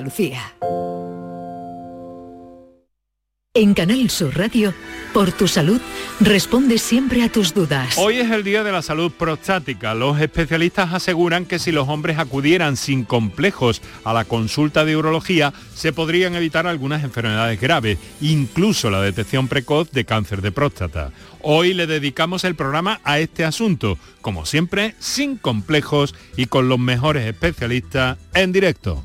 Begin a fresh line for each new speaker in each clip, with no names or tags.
Andalucía. En Canal Sur Radio, por tu salud, responde siempre a tus dudas.
Hoy es el Día de la Salud Prostática. Los especialistas aseguran que si los hombres acudieran sin complejos a la consulta de urología, se podrían evitar algunas enfermedades graves, incluso la detección precoz de cáncer de próstata. Hoy le dedicamos el programa a este asunto, como siempre, sin complejos y con los mejores especialistas en directo.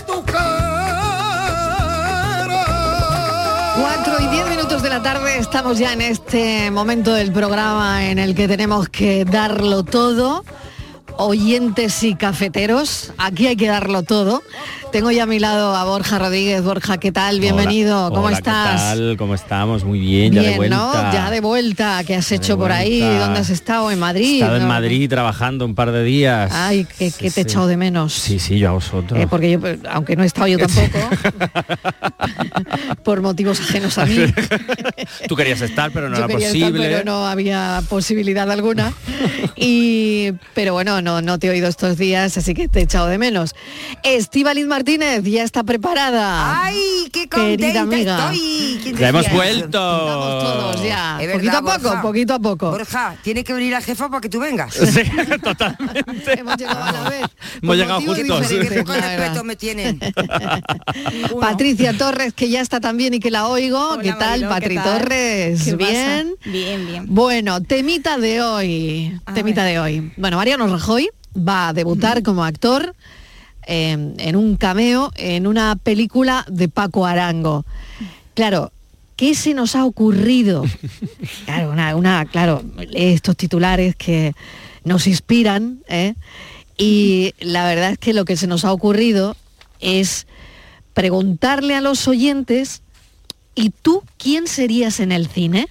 tu cara.
4 y 10 minutos de la tarde estamos ya en este momento del programa en el que tenemos que darlo todo. Oyentes y cafeteros, aquí hay que darlo todo. Tengo ya a mi lado a Borja Rodríguez. Borja, ¿qué tal? Bienvenido.
Hola,
¿Cómo
hola,
estás?
¿Qué tal? ¿Cómo estamos? Muy bien, ya de
Bien,
vuelta.
¿no? Ya de vuelta. ¿Qué has hecho por ahí?
vuelta.
¿Dónde has estado? ¿En
He
Madrid?
estado en
¿No?
Madrid trabajando un par de días.
Ay, que, que te he echado de menos.
Sí, sí, yo a vosotros.
Eh, porque yo, pues, aunque no he estado yo tampoco, por motivos ajenos a mí,
Tú querías estar, pero no
yo
era
quería
posible.
estar, pero no había posibilidad alguna. Y, pero bueno, no, no te he oído estos días, así que te he echado de menos. Estivaliz Martínez ya está preparada.
¡Ay, qué
Querida
contenta
amiga.
estoy! ¿Quién
Ya hemos
decía eso?
vuelto.
Todos ya.
Oh. Es
poquito
verdad,
a poco,
Borja.
poquito a poco.
Borja, tiene que venir la jefa para que tú vengas.
Hemos llegado a la vez.
Hemos llegado
motivos
juntos.
Qué
diferentes,
poco
la
respeto
verdad.
me tienen. Uno.
Patricia Torres, que ya está también y que la oigo.
Hola,
¿Qué tal,
Mariló,
Patri
¿qué tal?
Torres?
¿Qué pasa?
Bien.
Bien, bien.
Bueno, temita de hoy.
A
temita
ver.
de hoy. Bueno, Mariano Rajoy va a debutar como actor eh, en un cameo en una película de Paco Arango. Claro, ¿qué se nos ha ocurrido? Claro, una, una- claro, estos titulares que nos inspiran, ¿eh? Y la verdad es que lo que se nos ha ocurrido es preguntarle a los oyentes, ¿y tú quién serías en el cine?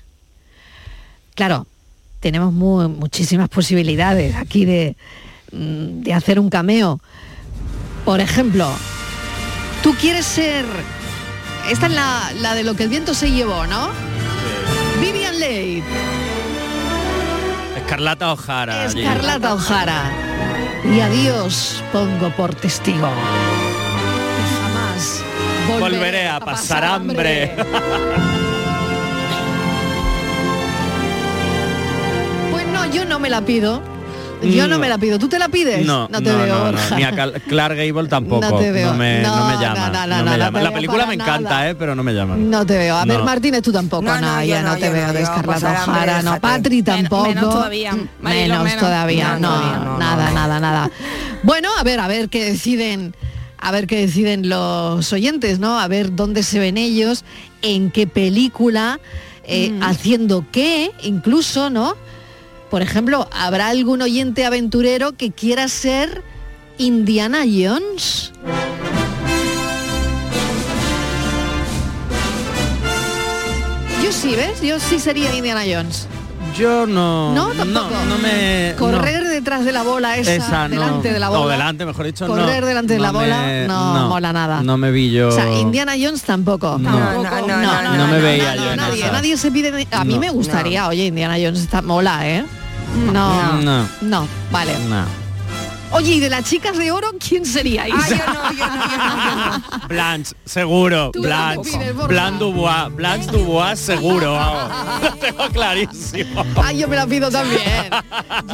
claro, tenemos mu- muchísimas posibilidades aquí de, mm, de hacer un cameo. Por ejemplo, tú quieres ser... Esta es la, la de lo que el viento se llevó, ¿no? Vivian Leigh,
Escarlata O'Hara. allí.
Escarlata O'Hara. Y adiós pongo por testigo. Que Jamás volveré,
Volveré a pasar hambre.
Pues no, yo no me la pido. Yo no,
No.
me la pido. ¿Tú te la pides?
Mm. No,
no te
no,
veo,
no, no.
Borja.
Ni a Cal- Clark Gable tampoco.
No te veo.
me, no me
No,
llama.
no, no,
no
no,
me
no
llama.
te
La
veo
película
para
me
nada.
encanta, eh, pero no me llama.
No te veo. A ver,
No.
Martínez, tú tampoco.
No,
No,
no,
ya
yo
no,
no,
te
yo
veo
no,
de
yo pasar
Escarlata
hambre,
O'Hara, no.
déjate.
Patri
Men-
tampoco.
menos todavía. Marilo,
Mm, menos,
menos.
todavía.
No,
No,
no, no,
nada,
no.
nada, nada. Bueno, a ver, a ver qué deciden. A ver qué deciden los oyentes, ¿no? A ver dónde se ven ellos, en qué película, eh, haciendo qué, incluso, ¿no? Por ejemplo, ¿habrá algún oyente aventurero que quiera ser Indiana Jones? Yo sí, ¿ves? Yo sí sería Indiana Jones.
Yo no.
No, tampoco.
No, no me.
Correr detrás de la bola
no.
esa, delante de la bola.
No, delante, mejor dicho. no.
Correr delante de
No
la bola
me-
no, mola nada.
No me vi yo.
O sea, Indiana Jones tampoco.
No.
No, no, no, no, no,
no me veía
no,
yo en
nadie,
esa.
nadie se pide. A mí
No.
me gustaría, oye, Indiana Jones está mola, ¿eh? No,
No.
no, vale.
No.
Oye, ¿y de las chicas de oro quién seríais?
Blanche, seguro.
Tú
Blanche.
tampoco pides, Borja.
Blanche Dubois. Blanche Dubois, seguro. vamos. Lo tengo clarísimo.
Ay, yo me la pido también.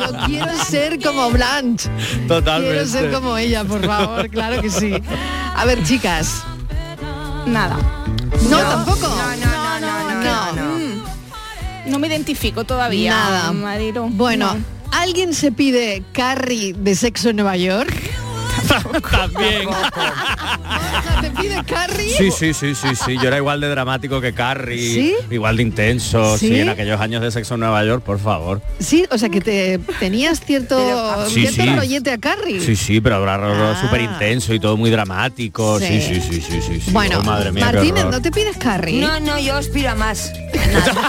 Yo quiero ser como Blanche.
Totalmente.
Quiero ser como ella, por favor, claro que sí. A ver, chicas.
Nada.
No, tampoco.
No, no, no, no, no. Mm. No me identifico todavía.
Nada.
Marilo.
Bueno,
No.
¿alguien se pide Carrie de sexo en Nueva York?
También.
¿Te pide Carrie?
Sí, sí, sí, sí, sí. Yo era igual de dramático que Carrie.
¿Sí?
Igual de intenso. ¿Sí?
¿Sí?
en aquellos años de sexo en Nueva York, por favor.
Sí, o sea que te tenías cierto,
Sí,
cierto
sí.
rollete a Carrie.
Sí, sí, pero habrá súper intenso y todo muy dramático. Sí,
Ah. Sí.
sí, sí, sí, sí. sí.
Bueno,
Oh, madre mía, qué
Martínez,
horror.
¿no te pides Carrie?
No, no, yo aspiro a más.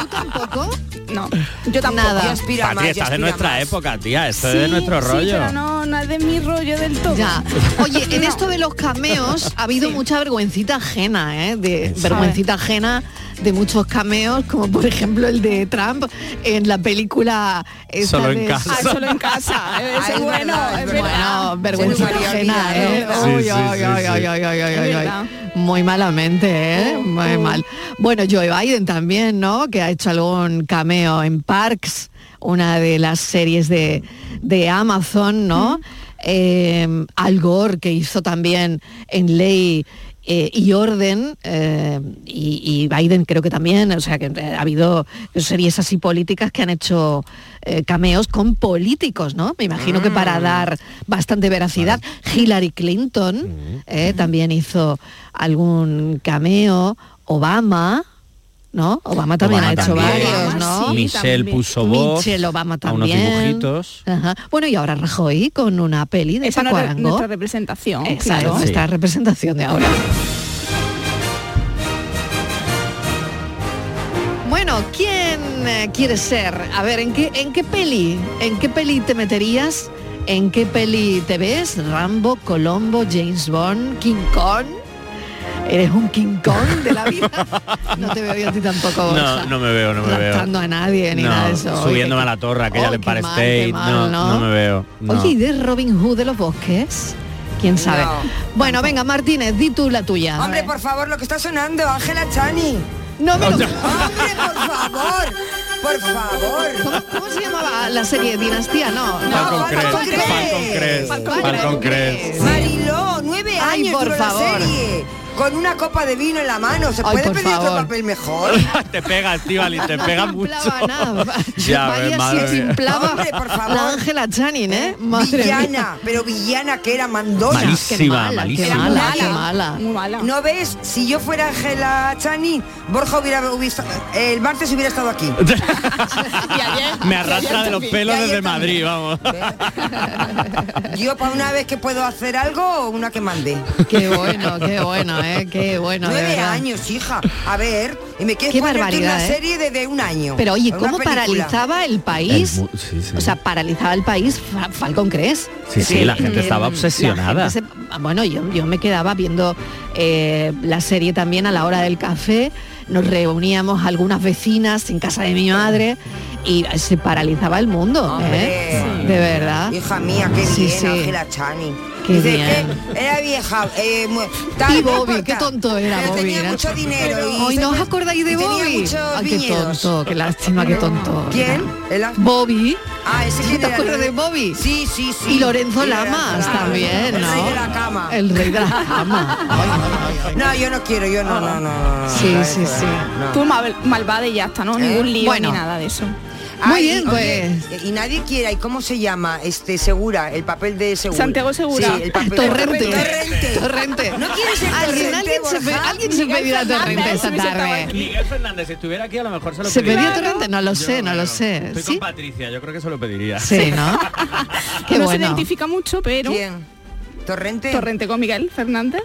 ¿Tú tampoco?
No, yo tampoco.
Yo
Nada.
aspiro a más.
Pati,
yo
estás
aspiro
de
a
nuestra
más.
época, tía. Esto
Sí,
es de nuestro
sí,
rollo.
pero no, no es de mi rollo del todo.
Ya. Oye, en
No.
esto de los cameos ha habido mucha vergüencita ajena, ¿eh? De, vergüencita ajena de muchos cameos, como por ejemplo el de Trump en la película esta
Solo en
de-
casa.
Ah, solo en casa. Ese
Ah, es
bueno,
verdad,
es
es
verdad.
Bueno, vergüenza
Se nos había
ajena, ¿eh?
olvidado.
Uy,
Sí, sí,
ay,
sí,
ay,
sí.
ay, ay, ay, ay,
Es
ay, ay.
verdad.
Muy malamente, ¿eh?
Uh,
Muy
uh.
mal. Bueno, Joe Biden también, ¿no? Que ha hecho algún cameo en Parks, una de las series de, de Amazon, ¿no? Eh, Al Gore, que hizo también en Ley eh, y Orden, eh, y, y Biden creo que también, o sea, que eh, ha habido series así políticas que han hecho eh, cameos con políticos, ¿no? Me imagino que
Mm.
para dar bastante veracidad. Hillary Clinton
Mm.
eh, también hizo algún cameo, Obama, ¿no? Obama también
Obama
ha hecho
también.
varios,
Obama,
¿no?
sí.
Michelle
también.
puso voz
Michelle Obama
a unos
también.
dibujitos.
Ajá. Bueno, y ahora Rajoy con una peli de
Esa no
Paco
es re-
Arango.
nuestra representación.
Exacto,
claro.
Oh, Sí.
esta representación de ahora. Bueno, ¿quién eh, quieres ser? A ver, ¿en qué, ¿en qué peli? ¿En qué peli te meterías? ¿En qué peli te ves? ¿Rambo, Colombo, James Bond, King Kong? ¿Eres un King Kong de la vida? No te veo yo a ti tampoco, Borja.
No, no me veo, no me veo.
Raptando a nadie ni
No,
nada de eso. Oye,
Subiéndome a
qué-
la torre, aquella
Oh,
de
qué
Empire
mal, qué
State.
mal,
no, no, me veo. no.
Oye, ¿y de Robin Hood de los bosques? ¿Quién sabe?
No,
bueno, venga, Martínez, di tú la tuya.
Hombre, por favor, lo que está sonando, Ángela Chani.
no me lo...
Hombre, por favor. Por favor.
¿Cómo, cómo se llamaba la serie? Dinastía, no.
Falcon
Falcon
Crest,
Crest.
Falcon Crest,
Falcon
Falcon
Crest.
Crest.
Mariló, nueve
Ay,
años
por
duró
favor.
la serie. Con una copa de vino en la mano. ¿Se
Ay,
puede
por
pedir otro
favor.
papel mejor?
te pega, Estivali, te pega mucho.
Implaba nada.
Ya, ves,
Vaya
madre
si
mía.
implaba
Hombre, por favor.
la Ángela Channing, ¿eh? Madre
villana,
mía.
pero villana que era mandona.
Malísimo.
Qué
Malísima,
mala, qué
malísima.
mala,
Era mala.
qué mala.
Muy mala.
¿No ves? Si yo fuera Ángela Chani, Borja hubiera, hubiera- el martes hubiera estado aquí.
Y ayer-
Me
y
arrastra
ayer
de los
también.
pelos
Ya, yo
desde
también.
Madrid, vamos.
Yo para una vez que puedo hacer algo, una que mande.
Qué bueno, qué bueno, ¿eh? Qué bueno, de
Nueve
verdad.
años, hija. A ver, y me quieres
Qué
poner tú
barbaridad,
una
¿eh?
serie de, de un año.
Pero oye,
Una
¿cómo
película.
paralizaba el país?
El mu- sí, sí.
O sea, paralizaba el país Fa- Falcon Crest.
Sí, sí, la gente estaba
la
obsesionada.
gente se- ah, bueno, yo, yo me quedaba viendo eh, la serie también a la hora del café. Nos reuníamos algunas vecinas en casa de mi madre y se paralizaba el mundo, ¿eh?
Hombre.
De verdad.
Hija mía, qué
Sí,
bien,
sí.
Ángela Chani.
Qué
Dice
bien.
que era vieja. eh, mu- tal,
Y
no
Bobby,
importa.
qué tonto era
Pero
Bobby,
Tenía
era-
mucho dinero. y
Hoy no os
tenía-
acordáis de
y tenía
Bobby.
muchos
Ay, qué
viñedos.
tonto, qué lástima, qué tonto.
¿Quién? El ángel-
Bobby.
Ah, ese
¿Sí
que
te acuerdas de Bobby?
Sí, sí, sí.
Y Lorenzo
Y
Lamas
Lamas,
también,
El
¿no?
rey de la cama.
El rey de la cama. Ay, ay, ay, ay.
No, yo no quiero, yo no, no, no. no, no,
Sí,
no,
sí,
no,
sí.
no. ¿Eh?
Tú mal- malvada y ya está, ¿no? Ningún lío
Bueno.
ni nada de eso.
Muy
Ay,
bien,
oye,
pues.
Y nadie quiera, ¿y cómo se llama? Este, Segura, el papel de Segura.
Santiago Segura.
Sí, el papel
Torrente.
Torrente.
Torrente.
¿No quieres ser
¿Alguien,
Torrente,
alguien se, pe-
Borja?
alguien se
Miguel
pedirá
Fernández,
torrente esta
si hubiese estado
tarde.
aquí.
Miguel Fernández, si estuviera aquí a lo mejor se
¿Se pedía torrente? No lo sé, no lo sé.
Estoy
¿Sí?
con Patricia, yo creo que se lo pediría.
Sí, ¿no? Qué
no se
bueno.
identifica mucho, pero
¿Quién? ¿Torrente?
Torrente con Miguel Fernández.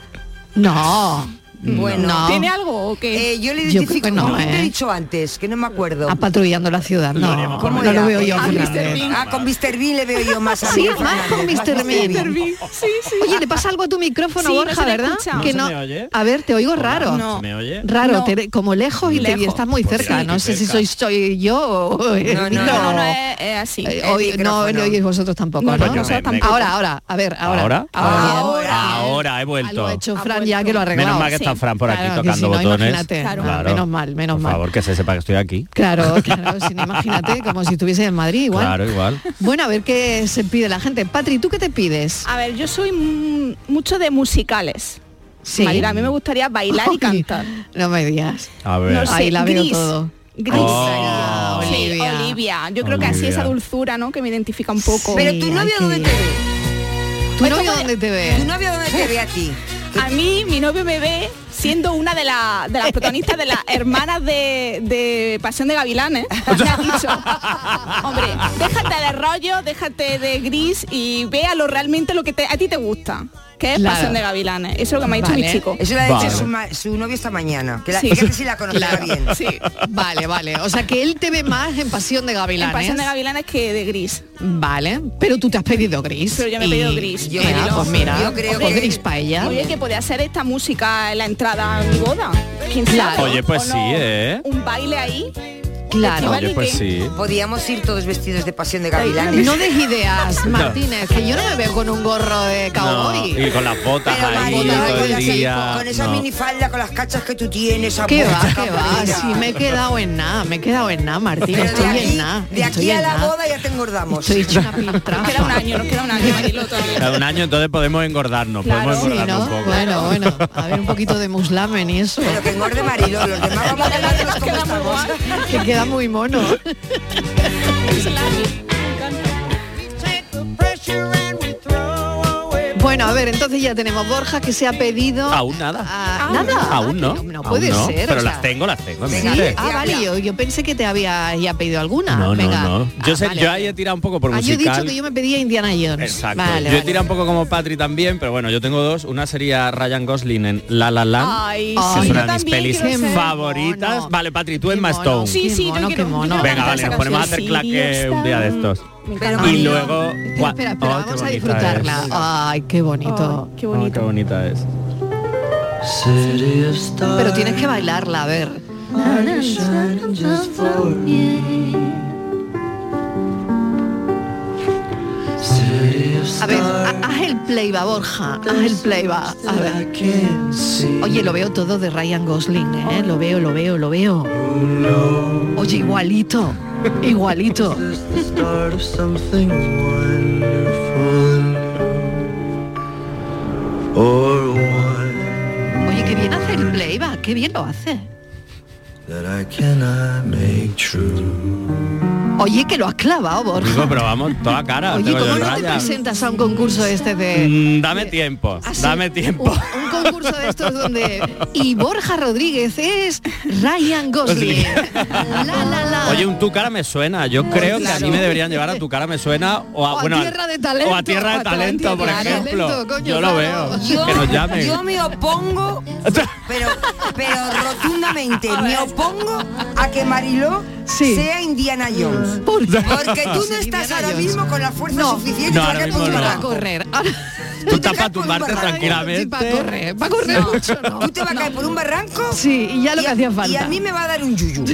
No.
Bueno,
No.
¿Tiene algo o qué?
Eh, yo le
Yo creo
identifico,
que no,
como te
¿eh?
he dicho antes, que no me acuerdo.
a patrullando la ciudad. No,
¿Cómo
no
era?
lo veo yo.
Ah,
Fernández.
Mr. Bean.
Ah, con Mr. Bean le veo yo más a
Sí,
Miguel
más con
Fernández,
Mr. Bean.
Mr. Bean. Sí, sí.
Oye, le pasa algo a tu micrófono,
Sí, no se
Borja,
le
¿verdad?
escucha. ¿No
Que
se
no.
me oye?
A ver, te oigo raro.
No.
¿Se me oye?
Raro,
No.
te ve- como lejos y, te,
Lejos.
y estás muy
Pues
cerca.
sí,
no sé si
cerca.
soy, soy yo o...
No, no,
No, no, no, es, es así.
Eh,
el
hoy- no,
micrófono.
no oís vosotros tampoco,
No,
¿no?
pues yo Nosotros me- tampoco. me-
Ahora, ahora, a ver, ahora.
¿Ahora?
Ahora,
Ahora.
Ahora he vuelto.
Lo ha hecho
Ha
Fran ya
vuelto.
que lo ha arreglado.
Menos mal que
sí.
está Fran por aquí
Claro, que si
tocando
no,
botones.
imagínate.
Claro.
Menos mal, menos
Por
mal.
favor, que se sepa que estoy aquí.
Claro, claro, sin imagínate, como si estuviese en Madrid igual.
Claro, igual.
Bueno, a ver qué se pide la gente. Patri, ¿tú qué te pides?
A ver, yo soy mm, mucho de musicales.
Sí.
Marina, a mí me gustaría bailar y
Ay,
cantar.
No me digas.
A ver.
No
Ahí la veo
gris.
todo.
Gris.
Ah,
Oh,
Sí,
Olivia.
Olivia. Yo creo que así
Olivia.
esa dulzura, ¿no? Que me identifica un poco.
Pero
Sí,
tu novio
aquí.
dónde te ve?
¿Tu
Es
novio
como-
dónde te
Tu
ve?
novio dónde te ve a ti?
A mí, mi novio me ve siendo una de, la- de las protagonistas de las hermanas de, de Pasión de Gavilanes. Me ha dicho, hombre, déjate de rollo, déjate de gris y vea lo realmente lo que te- a ti te gusta, que es
Claro.
Pasión de
Eh,
Gavilanes. Eso es lo que me ha dicho
Vale.
mi chico.
Eso lo ha
Vale.
dicho su, ma- su novio esta mañana. Que la,
Sí.
que si la conocerá
Claro.
bien.
Sí.
Vale, vale. O sea que él te ve más en Pasión de
En
Gavilanes.
Pasión de Gavilanes que de gris.
Mm.
Vale, pero tú te has pedido gris.
Pero yo me he
Y-
pedido gris.
Yo
Mira,
me digo,
pues mira,
yo creo
pues
que-
gris para ella.
Oye, que puede hacer esta música en la entrada a mi boda. ¿Quién sabe?
Claro.
Oye, pues
¿O
sí, ¿eh?
Un baile ahí.
claro.
Vale,
Oye, pues
¿qué?
sí.
Podíamos ir todos vestidos de pasión de gavilanes.
No des ideas, Martínez, que yo no me veo con un gorro de
No,
cowboy.
y con las botas
Pero
ahí
Marina,
botas
todo
con,
el
esa-
día.
con esa
No.
minifalda, con las cachas que tú tienes, esa
¿Qué va,
puesta
qué va?
cabrera.
Si me he quedado en nada, me he quedado en nada, Martínez.
Pero de
Estoy en
aquí,
nada.
de
estoy
aquí a
en
la
nada.
boda ya te engordamos.
Estoy hecha una
Nos queda un
piltrafa.
año, nos queda un año, Marilo, todavía.
Cada un año entonces podemos engordarnos,
Claro.
podemos
Sí,
engordarnos
¿no?
un poco.
Bueno, bueno, a ver un poquito de muslamen y eso,
Pero que engorde Marilo, los demás vamos a quedarnos como
Queda muy
estamos.
guay.
que queda muy mono. Bueno, a ver, entonces ya tenemos Borja que se ha pedido
Aún nada. Ah,
a- nada.
Aún no.
Ah, Que No
aún
puede
no,
ser.
Pero
o
las
sea,
tengo, las tengo.
Venga,
mira.
Vale.
Sí, ah, vale, yo, yo pensé que te había ya pedido alguna.
No, no,
Venga.
no. Yo,
Ah,
sé,
vale,
yo
vale.
ahí he tirado un poco por
Ah, yo he
musical.
dicho que yo me pedía Indiana Jones.
Exacto.
Vale,
yo he
vale.
tirado un poco como Patri también, pero bueno, yo tengo dos. Una sería Ryan Gosling en La La Land.
Ay,
que
sí,
es
yo
una de mis pelis
quiero ser.
favoritas.
Mono.
Vale, Patri, tú
Qué
en
mono.
Stone.
Sí, sí, yo
mono,
quiero-
qué
yo
mono.
quiero
Venga,
cantar
vale,
esa
nos ponemos a hacer
canción.
claque un día de estos.
Me
Pero
encanta.
Y
Ay, no.
luego...
Espera, espera, espera,
Ay, qué
vamos a
bonita
disfrutarla.
es.
Ay, Oh, qué bonito.
Ay, qué
Ay, qué
bonito.
bonita es.
Pero tienes que bailarla, a ver. A ver, ha- haz el play, va, Borja. Haz el play, va. A ver. Oye, lo veo todo de Ryan Gosling, ¿eh? Lo veo, lo veo, lo veo. Oye, igualito. Igualito. Oye, qué bien hace el play, va. Qué bien lo hace. Oye, que lo has clavado, Borja.
Digo, pero vamos, toda cara.
Oye,
tengo yo
¿cómo
en
no te
Ryan.
presentas a un concurso este de...
Mm, dame tiempo,
así?
dame tiempo.
Un, un concurso de estos donde... Y Borja Rodríguez es Ryan Gosling. La, la, la.
Oye, un tu cara me suena. Yo creo que a mí
claro.
me deberían llevar a tu cara me suena o a,
O a
bueno,
Tierra de Talento,
o a tierra
o a
de talento, por
Tierra de
ejemplo.
Talento, coño,
yo lo
claro.
veo.
Yo,
que nos llamen.
yo me opongo, pero, pero rotundamente me opongo a que Mariló
Sí.
sea Indiana Jones.
¿Por qué?
Porque tú no
Sí,
estás
Indiana
ahora
Jones.
mismo con la fuerza
No.
suficiente
No,
para
ahora
que
mismo
pongas
no.
Para
la corre.
correr.
Tú
te
estás
caes por
para
un
tumbarte
barranco,
Sí, para
tranquilamente.
correr. Para correr mucho, no.
Tú te vas a caer por un barranco.
Sí, y ya lo
y
que
a-
hacía falta.
Y a mí me va a dar un yuyu.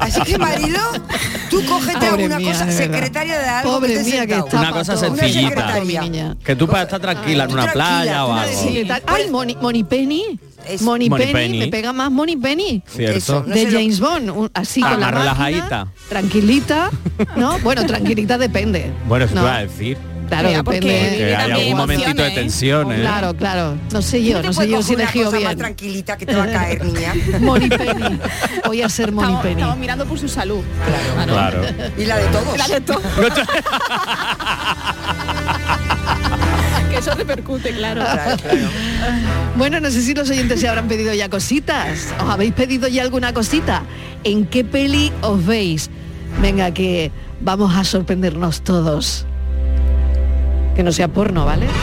Así que Mariló, tú cógete
Pobre
alguna
mía,
cosa,
de verdad.
secretaria de algo
Pobre
que esté
mía, que
sentado.
está
Una
pa'
cosa
todo.
sencillita.
mi niña.
Que tú para estar tranquila en
Tú
una
tranquila,
plata playa o
tú
algo.
decide.
Secretaria- Ay, Moni, Moni Penny.
Es-
Moni,
Moni
Penny,
Penny.
me pega más Moni Penny.
Eso,
Cierto.
No
de
sé lo-
James Bond, un- así
Ah,
con la
más
máquina,
relajadita.
tranquilita, ¿no? Bueno, tranquilita depende.
Bueno, eso
no,
te iba a decir.
Claro,
Mira, porque-
depende.
Yo
Que hay
también,
algún momentito de
emociones, ¿eh?
tensión, ¿eh?
Claro, claro. No sé
No
yo,
te
no sé
puedes
yo si
coger una
eligió
cosa más
bien.
tranquilita que te va a caer, niña.
Moni Penny. Voy a ser Moni
Estamos,
Penny.
estamos mirando por su salud.
Claro.
Y la de todos.
La de todo. que eso repercute, claro.
Claro, claro.
Bueno, no sé si los oyentes se habrán pedido ya cositas. ¿Os habéis pedido ya alguna cosita? ¿En qué peli os veis? Venga, que vamos a sorprendernos todos. Que no sea porno, ¿vale?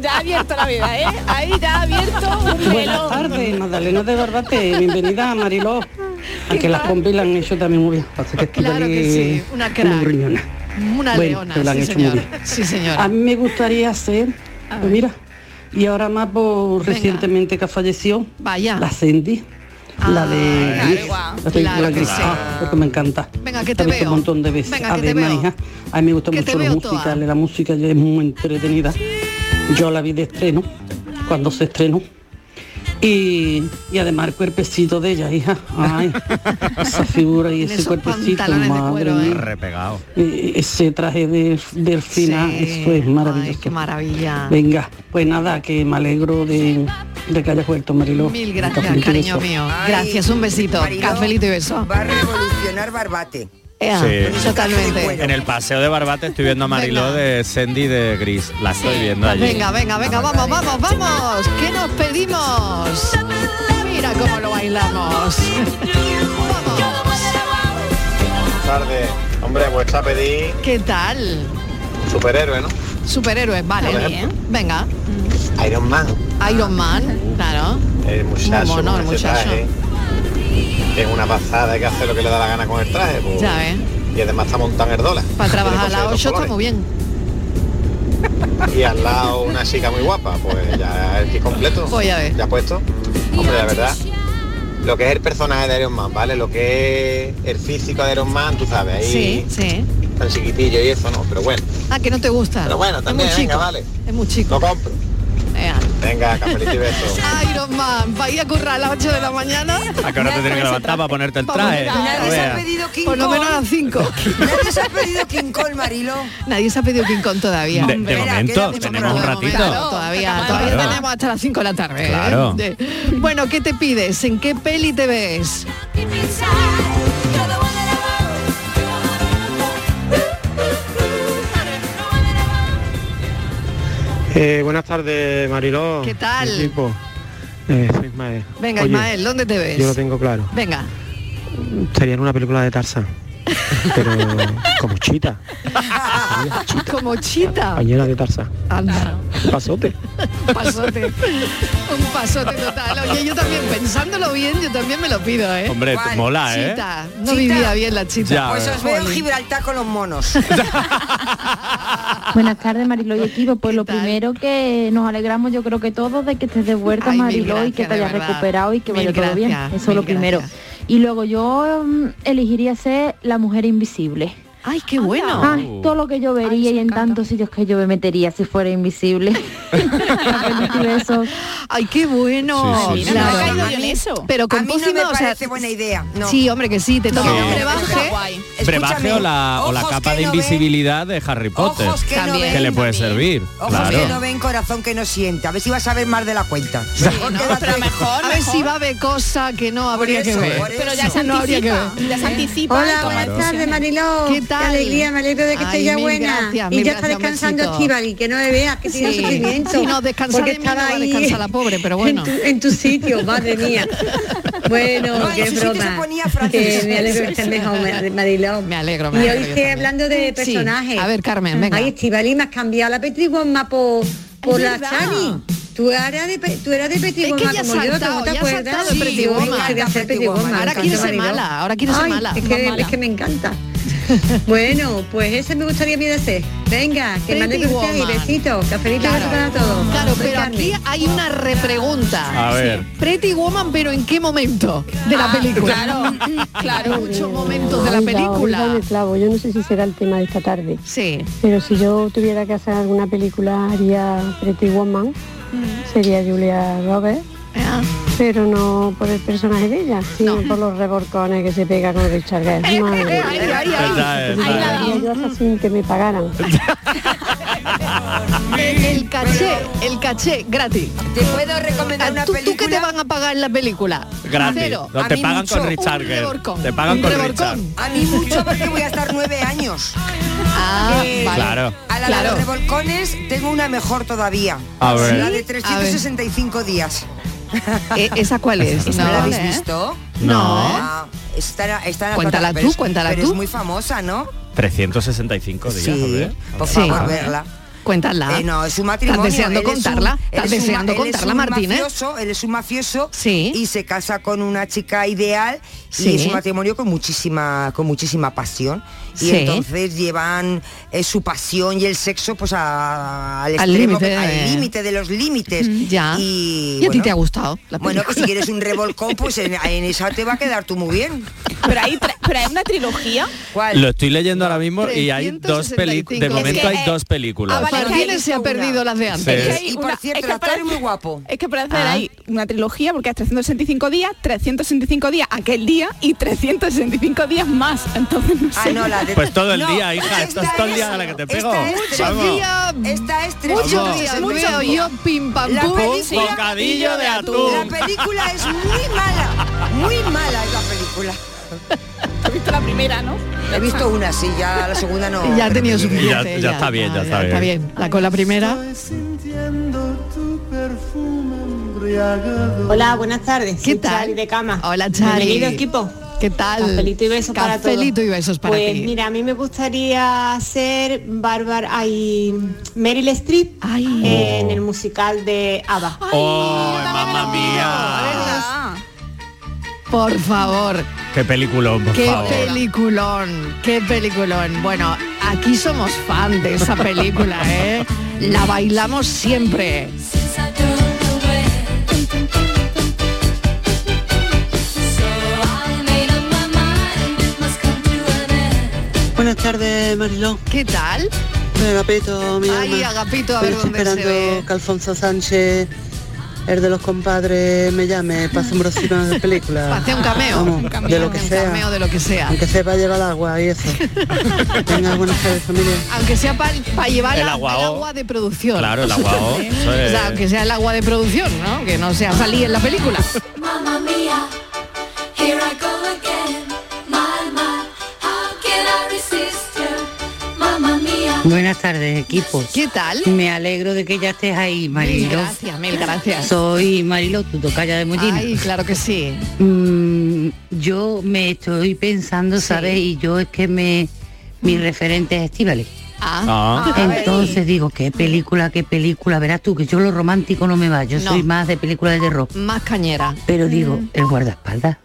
Ya ha abierto la vida, ¿eh? Ahí ya ha abierto un
Buenas
melón.
tardes, Magdalena de Barbate, bienvenida a Mariló. A que las compis la han hecho también muy bien. Pasa que estuve
Claro
allí
que sí, una
como
crack.
gruñona.
Una
Bueno,
leona,
pero la han
sí,
hecho
señor.
muy bien.
Sí, señor.
A mí me gustaría hacer, pues mira, y ahora más por
Venga.
recientemente que falleció,
Vaya.
la Cindy, la de
Ah, claro,
Gris,
guau.
la película
Claro que
Gris,
sí.
ah, porque me encanta.
Venga, que
La
te
he visto
veo.
un montón de veces.
Venga, que te
Además,
veo.
hija, a mí me gusta
Que te
mucho los
veo toda.
musicales, la música ya es muy entretenida. Yo la vi de estreno, cuando se estrenó. Y, y además el cuerpecito de ella, hija. Ay, esa figura y
En
ese
esos
cuerpecito,
pantalones de
madre
cuero,
mía.
¿eh?
Repegado.
Eh, ese traje de- del final,
Sí.
eso es maravilloso.
Ay, qué maravilla.
Venga, pues nada, que me alegro de, de que hayas vuelto, Mariló.
Mil
Cafelito
gracias,
y
cariño
besos.
mío.
Ay,
Gracias, un besito.
Mariló
Cafelito y beso.
Va a revolucionar Barbate.
Ea,
Sí.
Totalmente.
En el paseo de Barbate estoy viendo a Mariló
Venga.
de Sandy de Gris. La estoy viendo allí.
Venga, venga, venga, vamos, vamos, vamos. ¿Qué nos pedimos? Mira cómo lo bailamos. Vamos.
tardes. Hombre, pues a pedir
¿Qué tal?
superhéroe, ¿no?
Superhéroes,
Por
vale.
ejemplo.
Venga.
Iron Man,
Iron Man, claro.
el muchacho,
mono,
con
el
ese
muchacho.
traje, que es una pasada, hay que hacer lo que le da la gana con el traje. pues.
Ya ves.
Y además está montado en el dólar.
Para trabajar a las 8 está muy bien.
Y al lado una chica muy guapa, pues ya el kit completo.
Voy a ver.
Ya puesto. Hombre, la verdad. Lo que es el personaje de Iron Man, ¿vale? Lo que es el físico de Iron Man, tú sabes,
Sí,
ahí
sí.
tan chiquitillo y eso, ¿no? Pero bueno,
Ah, que no te gusta.
Pero bueno, también,
es muy chico.
venga, vale.
Es muy chico.
lo compro.
Ea.
Venga, cafelito y beso.
Iron Man, va a ir a currar a las 8 de la mañana.
¿A qué hora te tienes Ah, que levantar para ponerte el traje?
Vamos,
Nadie se ha
Vea.
pedido King
Por lo menos a
Kong.
las 5.
Nadie se ha pedido King Kong, Marilo.
Nadie se ha pedido King Kong todavía.
De, de
Espera, queda
momento,
mucho
tenemos un
programa,
ratito.
Claro, todavía, todavía
Claro.
tenemos hasta las 5 de la tarde. ¿eh?
Claro.
De- Bueno, ¿qué te pides? ¿En qué peli te ves?
Eh, buenas tardes, Mariló.
¿Qué tal?
Equipo. Eh, soy Ismael.
Venga,
Oye,
Ismael, ¿dónde te ves?
Yo lo tengo claro.
Venga.
Sería en una película de Tarzán. Pero como chita,
Ah. Como chita.
pañera de Tarzán.
Anda,
Pasote.
un pasote. Un pasote total. Oye, yo también, pensándolo bien, yo también me lo pido, ¿eh?
Hombre,
¿Cuál?
mola, ¿eh?
Chita. No
Chita.
vivía bien la chita.
Ya. eh. A
Pues
ver.
os veo en
Jolín.
Gibraltar con los monos.
Buenas tardes, Mariló y equipo. Pues lo
¿Qué tal?
primero que nos alegramos, yo creo que todos, de que estés de vuelta,
Ay, mil
Mariló, y que
gracias,
te
de
hayas
verdad.
recuperado y que
Mil
vaya todo bien.
gracias,
Eso es lo
mil
primero.
gracias.
Y luego yo mm, elegiría ser la mujer invisible.
Ay, qué bueno.
Ay, todo lo que yo vería y en tantos sitios que yo me metería si fuera invisible. Cafelito y besos.
Ay, qué bueno.
Sí, sí,
No
sí.
me ha
Claro.
caído yo en eso.
Pero
A
con
mí no me
pócima, o sea,
parece buena idea. No.
Sí, hombre, que sí, te
No,
toca
Sí.
un
Está
brebaje.
guay.
Brebaje o la, o la
Escúchame, ojos que no
capa de
ven.
invisibilidad de Harry Potter.
Ojos que no
También.
ven.
que le puede
también.
servir.
Ojos que no
claro.
ven, corazón que no siente. A ver si vas a ver más de la cuenta. Mejor
no,
quédate.
pero mejor,
A ver
mejor.
si va a haber cosa que no habría
eso,
que ver.
por
Pero ya se
No habría que
anticipa. Ya se anticipa.
Hola,
y toma
buenas tardes,
decisiones.
Mariló.
¿Qué tal?
Qué alegría, me alegro de
Ay,
que estés ya
mil
buena.
gracias,
y
mil
ya está
gracias, un
descansando
besito.
Estivali, que no me veas, que tiene
Sí.
sufrimiento.
Si no descansara
Porque
en mí, no
estaba
va a
ahí
descansar la pobre, pero bueno.
En tu, en tu sitio, madre mía. Bueno,
No, en
qué
su sitio se
broma.
ponía
Que
francés.
me alegro de estar mejor, Mar- Mariló.
Me alegro, me alegro
Y hoy
yo
estoy
también.
hablando de
Sí.
personajes.
A ver, Carmen, venga.
Ay, Estivali, me has cambiado la Petri Guamá por, por la
verdad.
Chani. Tú eras de, pe- tú eras de Petri
Es que
Guamá
ya ha
como yo,
saltado,
¿cómo te
ya ha
acuerdas?
saltado de Petri
yo me
Guamá.
encargué de hacer Petri Guamá,
Ahora
me encanta,
quiere ser
Mariló.
mala, ahora quiere ser
Ay,
mala,
Es
más
que,
mala.
es que me encanta. bueno, pues ese me gustaría a mí de ser. Venga, que
Pretty
mande que usted y
Woman.
besitos. Cafelito y
Claro.
besos para todos.
Claro,
Soy
pero
Carmen.
aquí hay una repregunta.
A ver.
Pretty Woman, pero ¿en qué momento de la película?
Claro, claro.
Muchos momentos de la película.
Flavo, yo no sé si será el tema de esta tarde,
Sí.
pero si yo tuviera que hacer alguna película haría Pretty Woman, sería Julia Roberts,
Mm. Ah,
pero no por el personaje de ella, sino por los reborcones que se pega con Richard Gere. Madre mía.
Eh, Ay, ay, ay.
Está, está.
Ahí la ha dado.
Yo hasta sin que me pagaran.
El caché, el caché gratis. Ah,
Te puedo recomendar una
¿Tú, tú
película.
qué te van a pagar en la película?
Gratis.
Cero.
No,
A
te
mí
pagan
mucho.
con Richard
Un
Gere.
reborcón.
Te pagan
Un
con Richard.
reborcón.
A mí mucho porque voy a estar nueve años.
Ah,
Eh,
vale.
Claro.
A la de
Claro.
los revolcones tengo una mejor todavía.
A ver.
La de
¿Sí?
365 días.
Eh, ¿Esa cuál es?
¿No la habéis
¿eh?
visto?
No.
Ah, está, en la- está en la
Cuéntala
plataforma,
tú,
pero es-
cuéntala
pero
tú.
es muy famosa, ¿no?
365 días, a ver.
Por
Sí.
favor, verla.
Cuéntala.
Eh, no, es un matrimonio.
Estás deseando
él es un-
contarla.
él
Estás
es un-
deseando
él es
contarla,
un
Martínez.
mafioso, él es un mafioso y se casa con una chica ideal
Sí.
y es un matrimonio con muchísima, con muchísima pasión. Y
Sí.
entonces llevan eh, su pasión y el sexo pues a- al
Al
extremo,
límite
al
de-
límite de los límites.
Ya.
Y,
¿Y a ti
bueno,
te ha gustado la
Bueno,
película?
pues si quieres un revolcón, pues en, en esa te va a quedar tú muy bien.
Pero hay, tra- pero hay una trilogía.
¿Cuál?
Lo estoy leyendo ahora mismo y hay dos
365.
películas. De
Es
momento
que,
hay
eh,
dos
ah,
películas.
Martínez se ha perdido las de
antes. Sí.
Es que hay
Y por
una-
cierto,
es que
el actor
para-
es muy guapo.
Es que para hacer
Ah.
ahí una trilogía, porque es 365 días, 365 días aquel día y 365 días más. Entonces no sé.
Ah, no, la de-
Pues todo el día, hija, estás todo el día a la que te pego. Vamos.
Esta es
Muchos
Vamos.
días,
Vamos.
mucho yo, pim pam
La
pum.
película-
Bocadillo de atún.
La película es muy mala, muy mala es la película.
He visto la primera, ¿no?
He visto una, sí, ya la segunda no.
Ya ha tenido suficiente.
Ya- ya está bien, ya está
Está
bien.
bien. La con la primera.
Hola, buenas tardes.
¿Qué
Soy
tal?
Chari de cama.
Hola, Chari.
Bienvenido, equipo.
¿Qué tal?
Cafelito y besos para todos.
Cafelito y besos para
pues,
ti.
mira, a mí me gustaría ser Bárbara ay, Meryl Streep eh,
Oh.
en el musical de ABBA.
¡Oh, mamá mía!
Por favor.
¡Qué peliculón, por
Qué
favor!
peliculón, qué peliculón. Bueno, aquí somos fan de esa película, ¿eh? La bailamos siempre.
Buenas tardes, Mariló.
¿Qué tal?
Agapito, mi
Ay,
alma.
Agapito, a ver
Estoy
dónde se
esperando que Alfonso Sánchez, el de los compadres, me llame para hacer un brocino de película.
Para hacer un cameo,
Vamos,
un cameo,
de lo que
un
sea.
cameo de lo que sea.
Aunque sea para llevar agua y eso. Venga, buenas tardes, familia.
Aunque sea para llevar
El
la-
aguao.
agua de producción.
Claro, el aguao, eso
o
es.
sea, aunque sea el agua de producción, ¿no? Que no sea salir en la película.
Mamma mia, here I go again. My, my, how can I resist you? Mamma mia.
Buenas tardes, equipo.
¿Qué tal?
Me alegro de que ya estés ahí, Marilo.
Mil gracias, mil gracias.
Soy Marilo, tu tocaya de Mollina.
Ay, claro que sí.
Mm, yo me estoy pensando, ¿sabes? Y yo es que me mi referente es Estivales.
Ah. Ah.
Entonces digo, qué película, qué película, verás tú, que yo lo romántico no me va, yo
No.
soy más de película de terror.
Más cañera. Mm. Ah,
Pero digo, el guardaespaldas.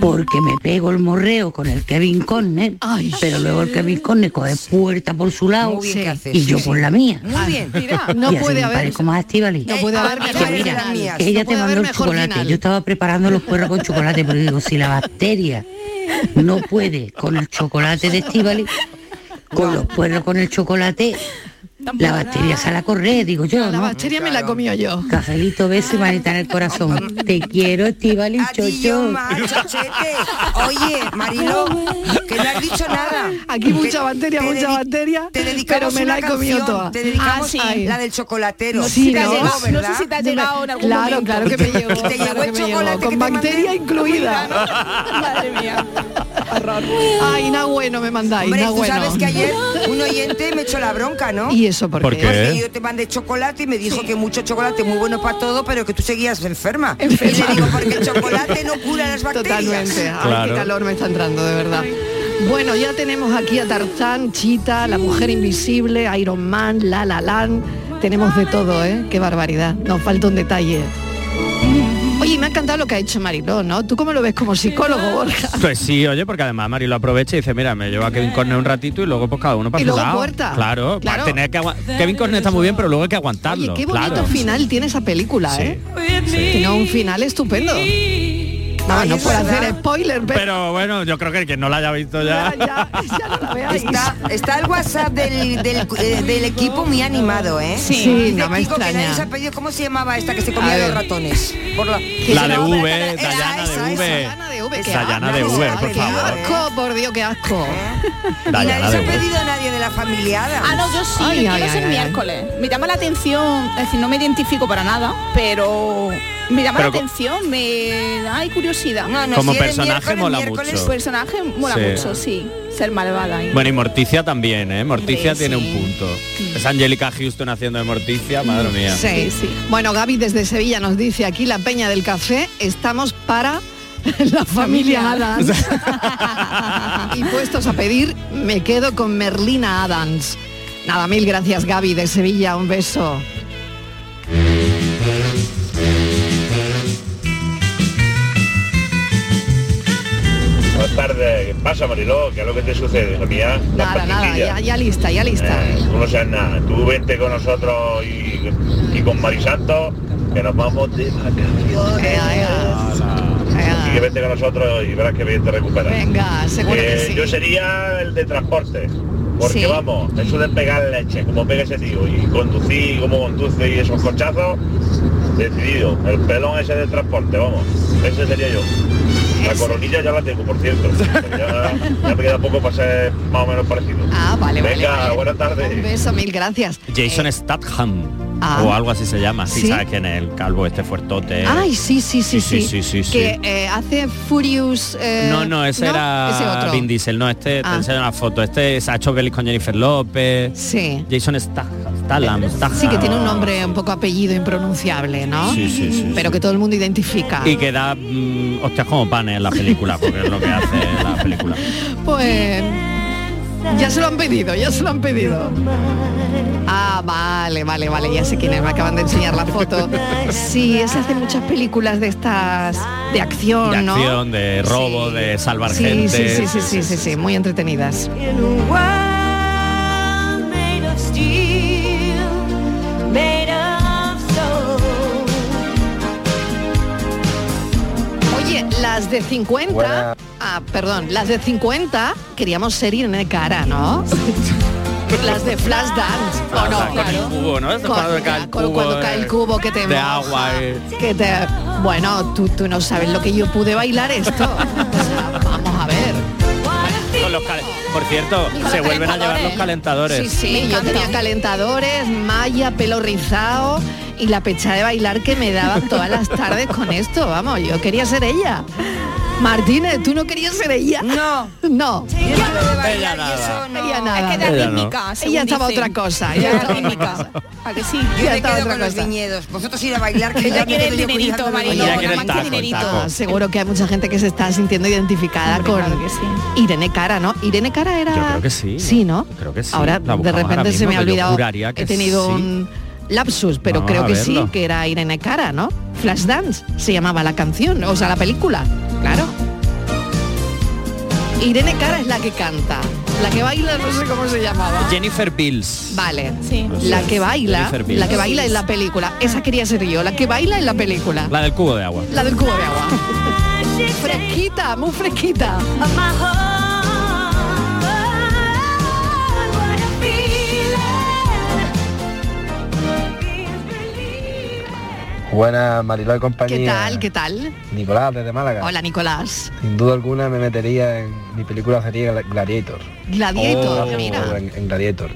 Porque me pego el morreo con el Kevin Conner, pero luego el Kevin Conner coge puerta por su lado
Muy bien que haces,
y
sí,
yo
sí.
por la mía.
Muy bien, mira.
Y
No
así
puede
me
haber-
parezco más a Estíbaliz.
No puede haber
Que
mejor
Ah, mira,
final.
que
No puede
ella te
haber
mandó el
mejor
chocolate.
final.
Yo estaba preparando los puerros con chocolate, pero digo, si la bacteria no puede con el chocolate de Estíbaliz, con los puerros con el chocolate, la bacteria sale a correr, digo yo.
La
¿no?
bacteria me la comió yo.
Cafelito, beso y manita en el corazón. Te quiero, Estíbaliz, chocho.
Ah, Oye, Marilo, que no has dicho nada.
Aquí mucha bacteria, mucha
bacteria. Te dedicamos
pero me la
una
he comido
canción,
toda.
Te dedicamos
Ah, sí.
la del chocolatero.
No sé si te ha
¿verdad?
llegado, no sé si te ha
Yo me-
llegado en algún Claro, momento. claro que me llegó,
Y te
claro
llegó
que
el
me llegó,
chocolate
con
que te mandé.
bacteria incluida.
Madre mía.
Ay, na bueno me mandáis,
Hombre,
na
tú
bueno.
sabes que ayer un oyente me echó la bronca, ¿no?
¿Y eso por ¿Por qué? qué?
Porque yo te mandé chocolate y me dijo que mucho chocolate, muy bueno para todo, pero que tú seguías enferma. Y le digo, porque el chocolate no cura las bacterias.
Totalmente. Ay,
Claro.
qué calor me está entrando, de verdad. Bueno, ya tenemos aquí a Tarzán, Chita, La Mujer Invisible, Iron Man, La La Land. Tenemos de todo, ¿eh? Qué barbaridad. Nos falta un detalle. Oye, me ha encantado lo que ha hecho Mariló, ¿no? ¿Tú cómo lo ves como psicólogo, Borja?
Pues sí, oye, porque además Mari lo aprovecha y dice, mira, me llevo a Kevin Corner un ratito y luego pues cada uno para
Y
su
luego
lado.
puerta.
Claro, para
Claro.
tener que agua- Kevin Corner está muy bien, pero luego hay que aguantarlo.
Oye, qué bonito
claro.
final tiene esa película, ¿eh? Tiene un final estupendo. Ah, No, no puedo hacer spoiler, pero...
Pero bueno, yo creo que el que no la haya visto ya.
Está, está el WhatsApp del, del- eh, del equipo muy animado, ¿eh?
Sí, Sí, no
Dice
me
Kiko que nadie
extraña.
se ha pedido- ¿Cómo se llamaba esta que se comía los ratones? Por la,
La de V, Dayana
esa,
de V.
Dayana de V, qué
Dayana de
asco,
V, por
qué
favor.
asco, por Dios, qué asco.
Eh, Y
Dayana
nadie se
de
ha
V.
pedido a nadie de la familiada.
Ah, no, yo sí,
Ay,
yo
ay,
quiero
ay,
ser
ay,
miércoles. Me llama la atención, es decir, no me identifico para nada, pero me llama
Pero
la
co-
atención, me hay curiosidad.
no, Como si eres personaje miércoles, mola miércoles. mucho.
Personaje mola
Sí.
mucho, sí. Ser malvada. ahí.
Bueno, y Morticia también, ¿eh? Morticia
Hombre,
tiene
sí.
un punto. Es Angélica Houston haciendo de Morticia, madre mía.
Sí, sí. Bueno, Gaby desde Sevilla nos dice aquí la Peña del Café, estamos para la familia Adams. y puestos a pedir, me quedo con Merlina Adams. Nada, mil gracias Gaby de Sevilla, un beso.
Buenas tardes. ¿Qué pasa, Mariló? ¿Qué es lo que te sucede, hija mía? Las
Nada, nada,
pastillas.
ya, ya lista, ya lista.
Eh, tú no seas nada. Tú vente con nosotros y, y con Marisanto, que nos vamos de vacaciones. Así que vente con nosotros y verás que bien te recuperas.
Venga, seguro que
Eh,
sí.
Yo sería el de transporte. Porque
Sí.
vamos, eso de pegar leche, como pega ese tío, y conducir, como conduce y esos cochazos, decidido, el pelón ese de transporte, vamos, ese sería yo. La coronilla ya la tengo, por cierto. Ya, ya me queda poco para ser más o menos parecido.
Ah, vale, vale,
Venga,
vale.
buenas tardes.
Un beso, mil gracias.
Jason Statham.
Eh. ah.
O algo así se llama. Sí,
¿Sí?
sabes quién es el calvo este fuertote.
Ay, sí, sí, sí, sí.
sí, sí, sí, sí.
que eh, hace Furious... eh,
no, no, ese era
ese otro.
Vin Diesel, no, este,
Ah.
te enseño una foto, este se ha hecho pelis con Jennifer López,
Sí.
Jason Statham, Statham,
Sí, que tiene un
Statham.
nombre un poco apellido impronunciable, ¿no?
Sí, sí, sí,
Pero que todo el mundo identifica.
Y que da mm, hostias como panes en la película, porque es lo que hace la película.
Pues ya se lo han pedido, ya se lo han pedido. Ah, vale, vale, vale, ya sé quién es, me acaban de enseñar la foto. Sí, se hace muchas películas de estas de acción,
De
¿no?
acción, de robo, de salvar
Sí,
gente.
sí, sí, sí, sí, sí, sí, muy entretenidas.
In a world made of steel, made of soul.
Oye, las de 50,
Buena.
ah, perdón, las de 50 queríamos ser Irene Cara, ¿no? las de Flash Dance, ¿o no?
Ah, con el cubo, ¿no? Esto
Con-
cuando cae el
cuando-
cubo,
cuando cae el
eh,
cubo que te
de
moja.
agua. eh.
que te, bueno, tú, tú no sabes lo que yo pude bailar esto. O sea, vamos a ver.
Con los calen- Por cierto,
los
se vuelven a llevar los calentadores.
Sí, sí, yo tenía calentadores, malla, pelo rizado y la pecha de bailar que me daba todas las tardes con esto. Vamos, yo quería ser ella. Martínez, ¿tú no querías ser ella? No. No.
Ella nada.
Ella nada.
Es que era Ella no. rítmica,
según
Ella estaba
dicen.
otra cosa. Ella estaba otra cosa.
¿A que sí?
Ya
Yo me
estaba
quedo
otra
con los
cosa.
viñedos. Vosotros ir a bailar, que
Ella
ya me
quiere el
quedo yo
dinerito,
cuidando los
Marilo,
niños.
ella
quiere el taco, el taco.
Seguro que hay mucha gente que se está sintiendo identificada con Irene Cara, ¿no? Irene Cara era...
Yo creo que sí.
Sí, ¿no?
Creo que sí.
Ahora
La
de
buscamos
repente
ahora
se me
mismo,
ha
que yo
olvidado.
juraría que
He tenido
sí.
un lapsus, pero
Vamos
creo
a
que sí,
verlo.
que era Irene Cara, ¿no? Flashdance se llamaba la canción, o sea, la película. Claro. Irene Cara es la que canta. La que baila, no sé cómo se llamaba.
Jennifer Bills.
Vale, la que baila,
Pues Jennifer Bills.
la que baila en la película. Esa quería ser yo, la que baila en la película.
La del cubo de agua.
La del cubo de agua. fresquita, muy fresquita.
Buenas, Mariló y compañía.
¿Qué tal? ¿Qué tal?
Nicolás, desde Málaga.
Hola, Nicolás.
Sin duda alguna me metería en... Mi película sería Gla- Gladiator.
Gladiator,
Oh,
mira.
En, en Gladiator.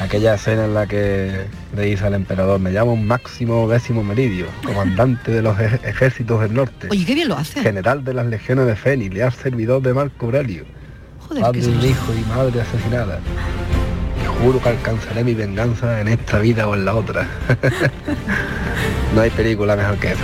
Aquella escena en la que le dice al emperador, me llamo Máximo Décimo Meridio, comandante de los ej- ejércitos del norte,
Oye, qué bien lo hace.
general de las legiones de Fénix, leal servidor de Marco Aurelio,
Joder,
padre
que
de un
se-
hijo y madre asesinada. Te juro que alcanzaré mi venganza en esta vida o en la otra. no hay película mejor que esa.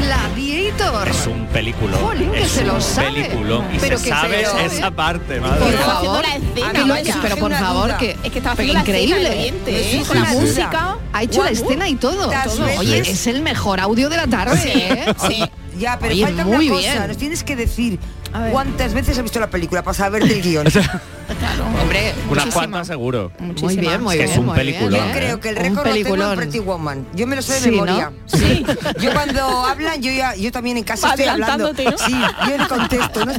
Gladiator.
Es un película.
Jolín, que
es
se lo
un
sabe.
película. Y
Pero
se
que se
sabe
lo sabe.
esa parte, madre.
Por favor, Ah,
escena,
que lo-
vaya.
pero por
Una
favor,
duda.
que
Es que estaba
pero
haciendo la escena,
increíble,
el oyente,
¿eh?
Sí,
con la
sí, sí.
música, ha hecho la
Guau.
escena y todo.
Las
todo.
veces-
Oye, es el mejor audio de la tarde, ¿eh?
Ya, pero
Oye,
falta
muy
una cosa.
bien.
Nos tienes que decir cuántas veces has visto la película para saber del guión.
Hombre,
Unas
muchísimas.
cuantas seguro.
Muchísimas. bien, muy
Es que
bien,
Es un ¿eh?
muy bien.
película.
Yo creo que el
Un
récord lo tengo
peliculón.
en Pretty Woman. Yo me lo sé de
Sí, ¿no?
memoria. Sí. Yo cuando hablan, yo ya, yo también en casa
Va
estoy hablando.
adelantándote, ¿no?
Sí, yo le contesto. ¿no?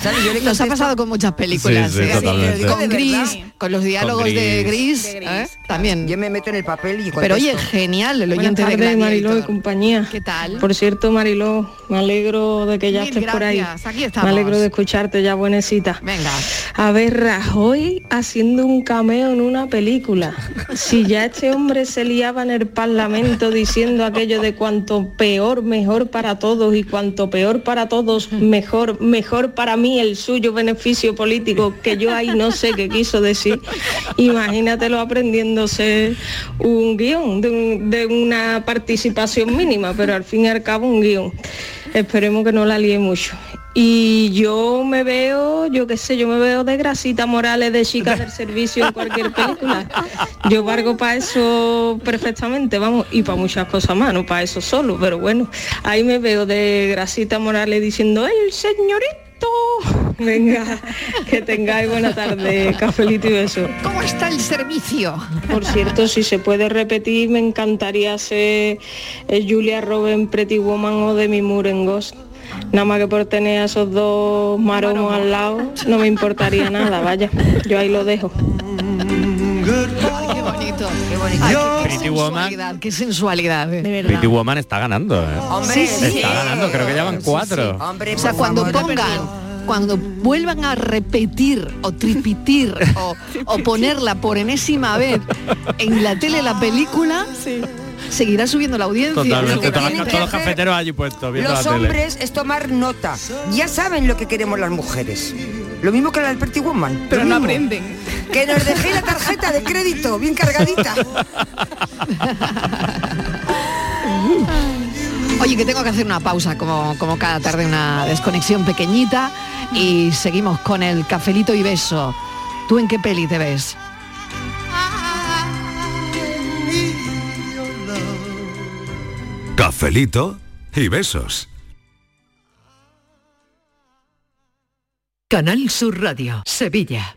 ¿Sabes? Yo le
Nos ha pasado con muchas películas,
Sí, sí,
¿eh?
totalmente.
con
De verdad.
Gris, con los diálogos
Con
de
Gris.
Gris,
De
¿eh?
Gris,
también.
Yo me meto en el papel y
Pero
contesto.
oye, genial, el
Buenas
oyente de
tardes,
Gladiator.
Mariló
y compañía.
¿Qué tal?
Por cierto, Mariló, me alegro de que ya
Mil
estés por ahí.
gracias, aquí estamos.
Me alegro de escucharte ya, buenecita.
Venga.
A ver, Rajoy haciendo un cameo en una película. Si ya este hombre se liaba en el Parlamento diciendo aquello de cuanto peor, mejor para todos y cuanto peor para todos, mejor, mejor para mí el suyo beneficio político, que yo ahí no sé qué quiso decir. Imagínatelo aprendiéndose un guión de, un- de una participación mínima, pero al fin y al cabo un guión. Esperemos que no la líe mucho. Y yo me veo, yo qué sé, yo me veo de Grasita Morales de chica del servicio en cualquier película. Yo valgo para eso perfectamente, vamos, y para muchas cosas más, no para eso solo, pero bueno, ahí me veo de Grasita Morales diciendo, el señorito. Venga, que tengáis buena tarde, cafelito y beso.
¿Cómo está el servicio?
Por cierto, si se puede repetir, me encantaría ser eh, Julia Robin Pretty Woman o Demi Moore en Ghost. Nada más que por tener a esos dos maromos al lado, no me importaría nada, vaya. Yo ahí lo dejo.
Ay, qué bonito, qué bonito. Ay, qué, qué
Pretty Woman.
sensualidad, qué sensualidad. ¿eh? De verdad.
Pretty Woman está ganando, ¿eh?
Hombre, sí, sí.
Está ganando, creo que ya van cuatro.
o sea, cuando pongan, cuando vuelvan a repetir o tripitir o, o ponerla por enésima vez en la tele la película, seguirá subiendo la audiencia.
Lo que
Totalmente, todos,
tienen
los-
que
todos los
hacer
cafeteros allí puestos viendo
Los
la tele.
hombres es tomar nota. Ya saben lo que queremos las mujeres. Lo mismo que la del Pretty Woman.
Pero
Lo
no
mismo.
aprenden.
Que nos dejéis la tarjeta de crédito bien cargadita.
Oye, que tengo que hacer una pausa, como, como cada tarde una desconexión pequeñita y seguimos con el cafelito y beso. ¿Tú en qué peli te ves?
Cafelito y besos.
Canal Sur Radio, Sevilla.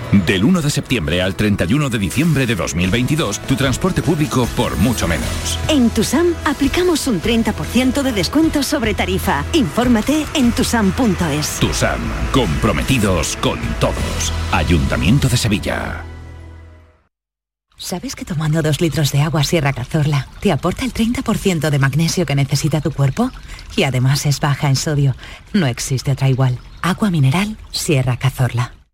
Del 1 de septiembre al 31 de diciembre de 2022, tu transporte público por mucho menos.
En Tusam aplicamos un 30% de descuento sobre tarifa. Infórmate en tusam.es.
Tu SAM, comprometidos con todos. Ayuntamiento de Sevilla.
¿Sabes que tomando dos litros de agua Sierra Cazorla te aporta el 30% de magnesio que necesita tu cuerpo? Y además es baja en sodio. No existe otra igual. Agua mineral Sierra Cazorla.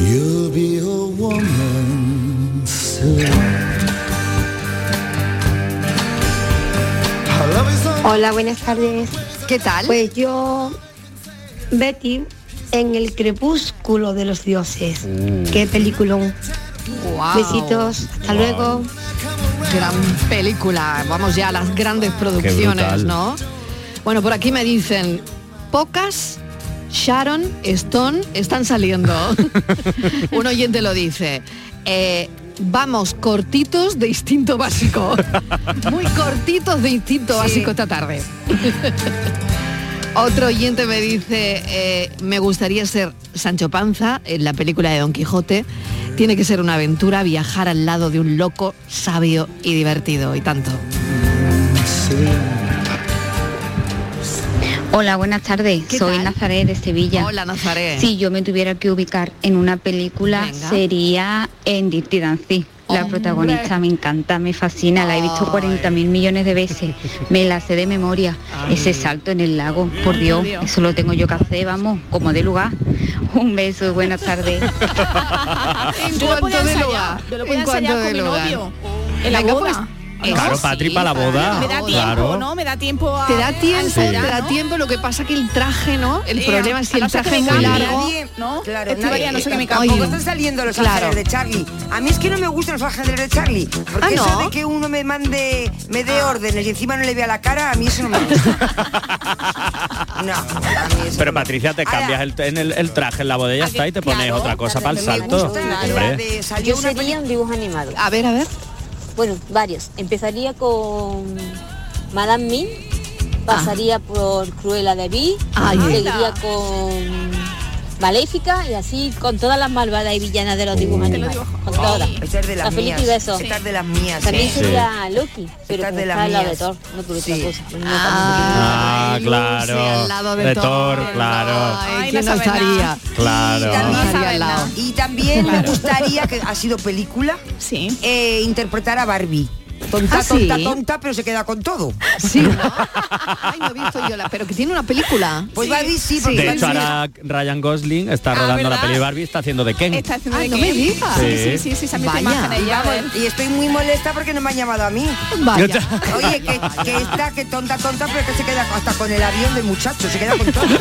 You'll be a woman soon.
Hola, buenas tardes.
¿Qué tal?
Pues yo, Betty, en El Crepúsculo de los Dioses.
Ah.
Qué peliculón.
Guau.
Besitos, hasta
Guau.
luego.
Gran película, vamos ya a las grandes producciones,
brutal.
¿no? Bueno, por aquí me dicen, pocas Sharon Stone están saliendo. Un oyente lo dice. Eh, vamos, cortitos de instinto básico. Muy cortitos de instinto básico esta tarde. Otro oyente me dice, eh, me gustaría ser Sancho Panza en la película de Don Quijote. Tiene que ser una aventura viajar al lado de un loco, sabio y divertido, y tanto.
Hola, buenas tardes. Soy Nazaret de Sevilla.
Hola, Nazaret.
Si yo me tuviera que ubicar en una película
Venga.
sería en Dirty Dancing. La protagonista me encanta, me fascina, la he visto 40 mil millones de veces, me la sé de memoria, ese salto en el lago, por Dios, eso lo tengo yo que hacer, vamos, como de lugar. Un beso, y buenas tardes.
En
Yo Ah, lo podía
cuanto de
ensayar,
lugar.
yo lo podía
En cuanto
ensayar con
de
mi
lugar.
novio, en la
Venga,
boda.
pues,
Ah, Claro,
eso
Patri,
sí,
para la boda.
Ah, Me da tiempo,
Claro.
¿no? Me da tiempo a...
Te da tiempo,
Sí.
te da tiempo, lo que pasa que el traje, ¿no? El
Sí,
problema es
a
si el
no ser que
traje es
me
muy
cambie.
largo.
Nadie-
¿no? Claro,
Esteban,
nadie-
no sé qué me cambia.
Tampoco
Oye,
están saliendo los
claro.
ángeles de Charlie. A mí es que no me gustan los ángeles de Charlie. Porque
Ah, ¿no?
eso de que uno me mande, me
Ah.
dé órdenes y encima no le vea la cara, a mí eso no me gusta.
Pero Patricia, te cambias el, en el, el traje en la bodega, está, y te pones otra cosa para el salto. Hombre.
eh,
Yo sería un dibujo animado.
A ver, a ver.
Bueno, varios. Empezaría con Madame Min,
Ah.
pasaría por Cruella de Vil,
Ay.
seguiría con Maléfica y así con todas las malvadas y villanas de los dibujos animados. Con todas.
Esta es de las
La feliz
mías.
y beso.
Esta es de las mías.
También
¿eh?
sería Loki,
Esta
pero
es
como
de las
está al lado de
mías.
Thor, no por otra
Sí.
cosa.
Ah,
al
claro.
lado de
De
Thor.
Thor, claro.
Ay, ¿quién no estaría?
Claro.
Estaría al lado.
Y también me gustaría, que ha sido película, eh, interpretar a Barbie. Tonta,
Ah, ¿sí?
tonta, tonta, pero se queda con todo.
Sí, Ay, no he visto yo la, pero que tiene una película.
Pues Barbie sí, porque
De
Barbie
hecho,
es-
ahora Ryan Gosling está rodando la peli de Barbie, está haciendo de Ken.
Está haciendo
Ay,
de
no
que-
me digas.
Sí, sí, sí,
sí, se ha metido imagen ella
Y
de
vamos, Y estoy muy molesta porque no me han llamado a mí.
Vaya. Yo
Oye, que, que esta, que tonta, tonta, pero que se queda hasta con el avión del muchacho, se queda con todo.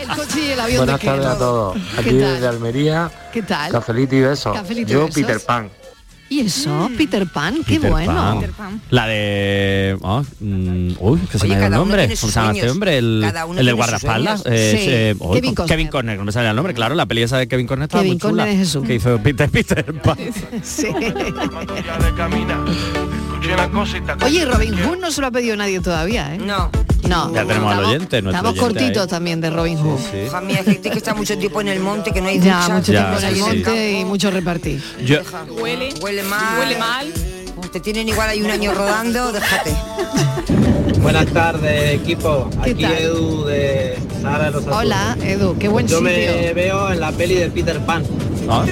El coche y el avión
Buenas
de Ken.
tardes a todos.
¿Qué
Aquí
tal?
desde Almería,
¿Qué tal?
cafelito y besos.
Cafelito y
Yo,
besos.
Peter Pan.
¿Y eso?
Mm.
Peter Pan, qué
Peter
bueno.
Pan. La de... ah, mm, uy, que se me ha ido el
cada uno
nombre.
tiene
¿Cómo
sus
se llama
sueños.
este hombre? El,
Cada uno
el del
tiene sus
guardaespaldas.
sueños.
eh,
Sí.
eh, uy,
Kevin Costner.
Kevin Costner, no me sale el nombre. Claro, la peli esa de Kevin Costner estaba
Kevin
muy chula.
Costner es Jesús.
Que hizo Peter, Peter Pan.
Sí.
Escuché una cosa y te acordé.
Oye, Robin Hood no se lo ha pedido nadie todavía, ¿eh?
No.
No.
Ya tenemos al
Estamos-
oyente, nuestro
Estamos
oyente
cortitos
ahí.
también de Robin Hood.
Sí.
Hija mía, gente que está mucho tiempo en el monte, que no hay
Ya,
ducha.
mucho
Ya,
tiempo en el
sí, sí.
monte y mucho repartir.
Yo,
Huele, huele mal.
Huele mal.
Te tienen igual ahí un año rodando, déjate.
Buenas tardes, equipo.
¿Qué
Aquí
tal?
Edu de Sara de los Azules.
Hola, Edu, qué buen
Yo me
sitio.
veo en la peli de Peter Pan.
Ah.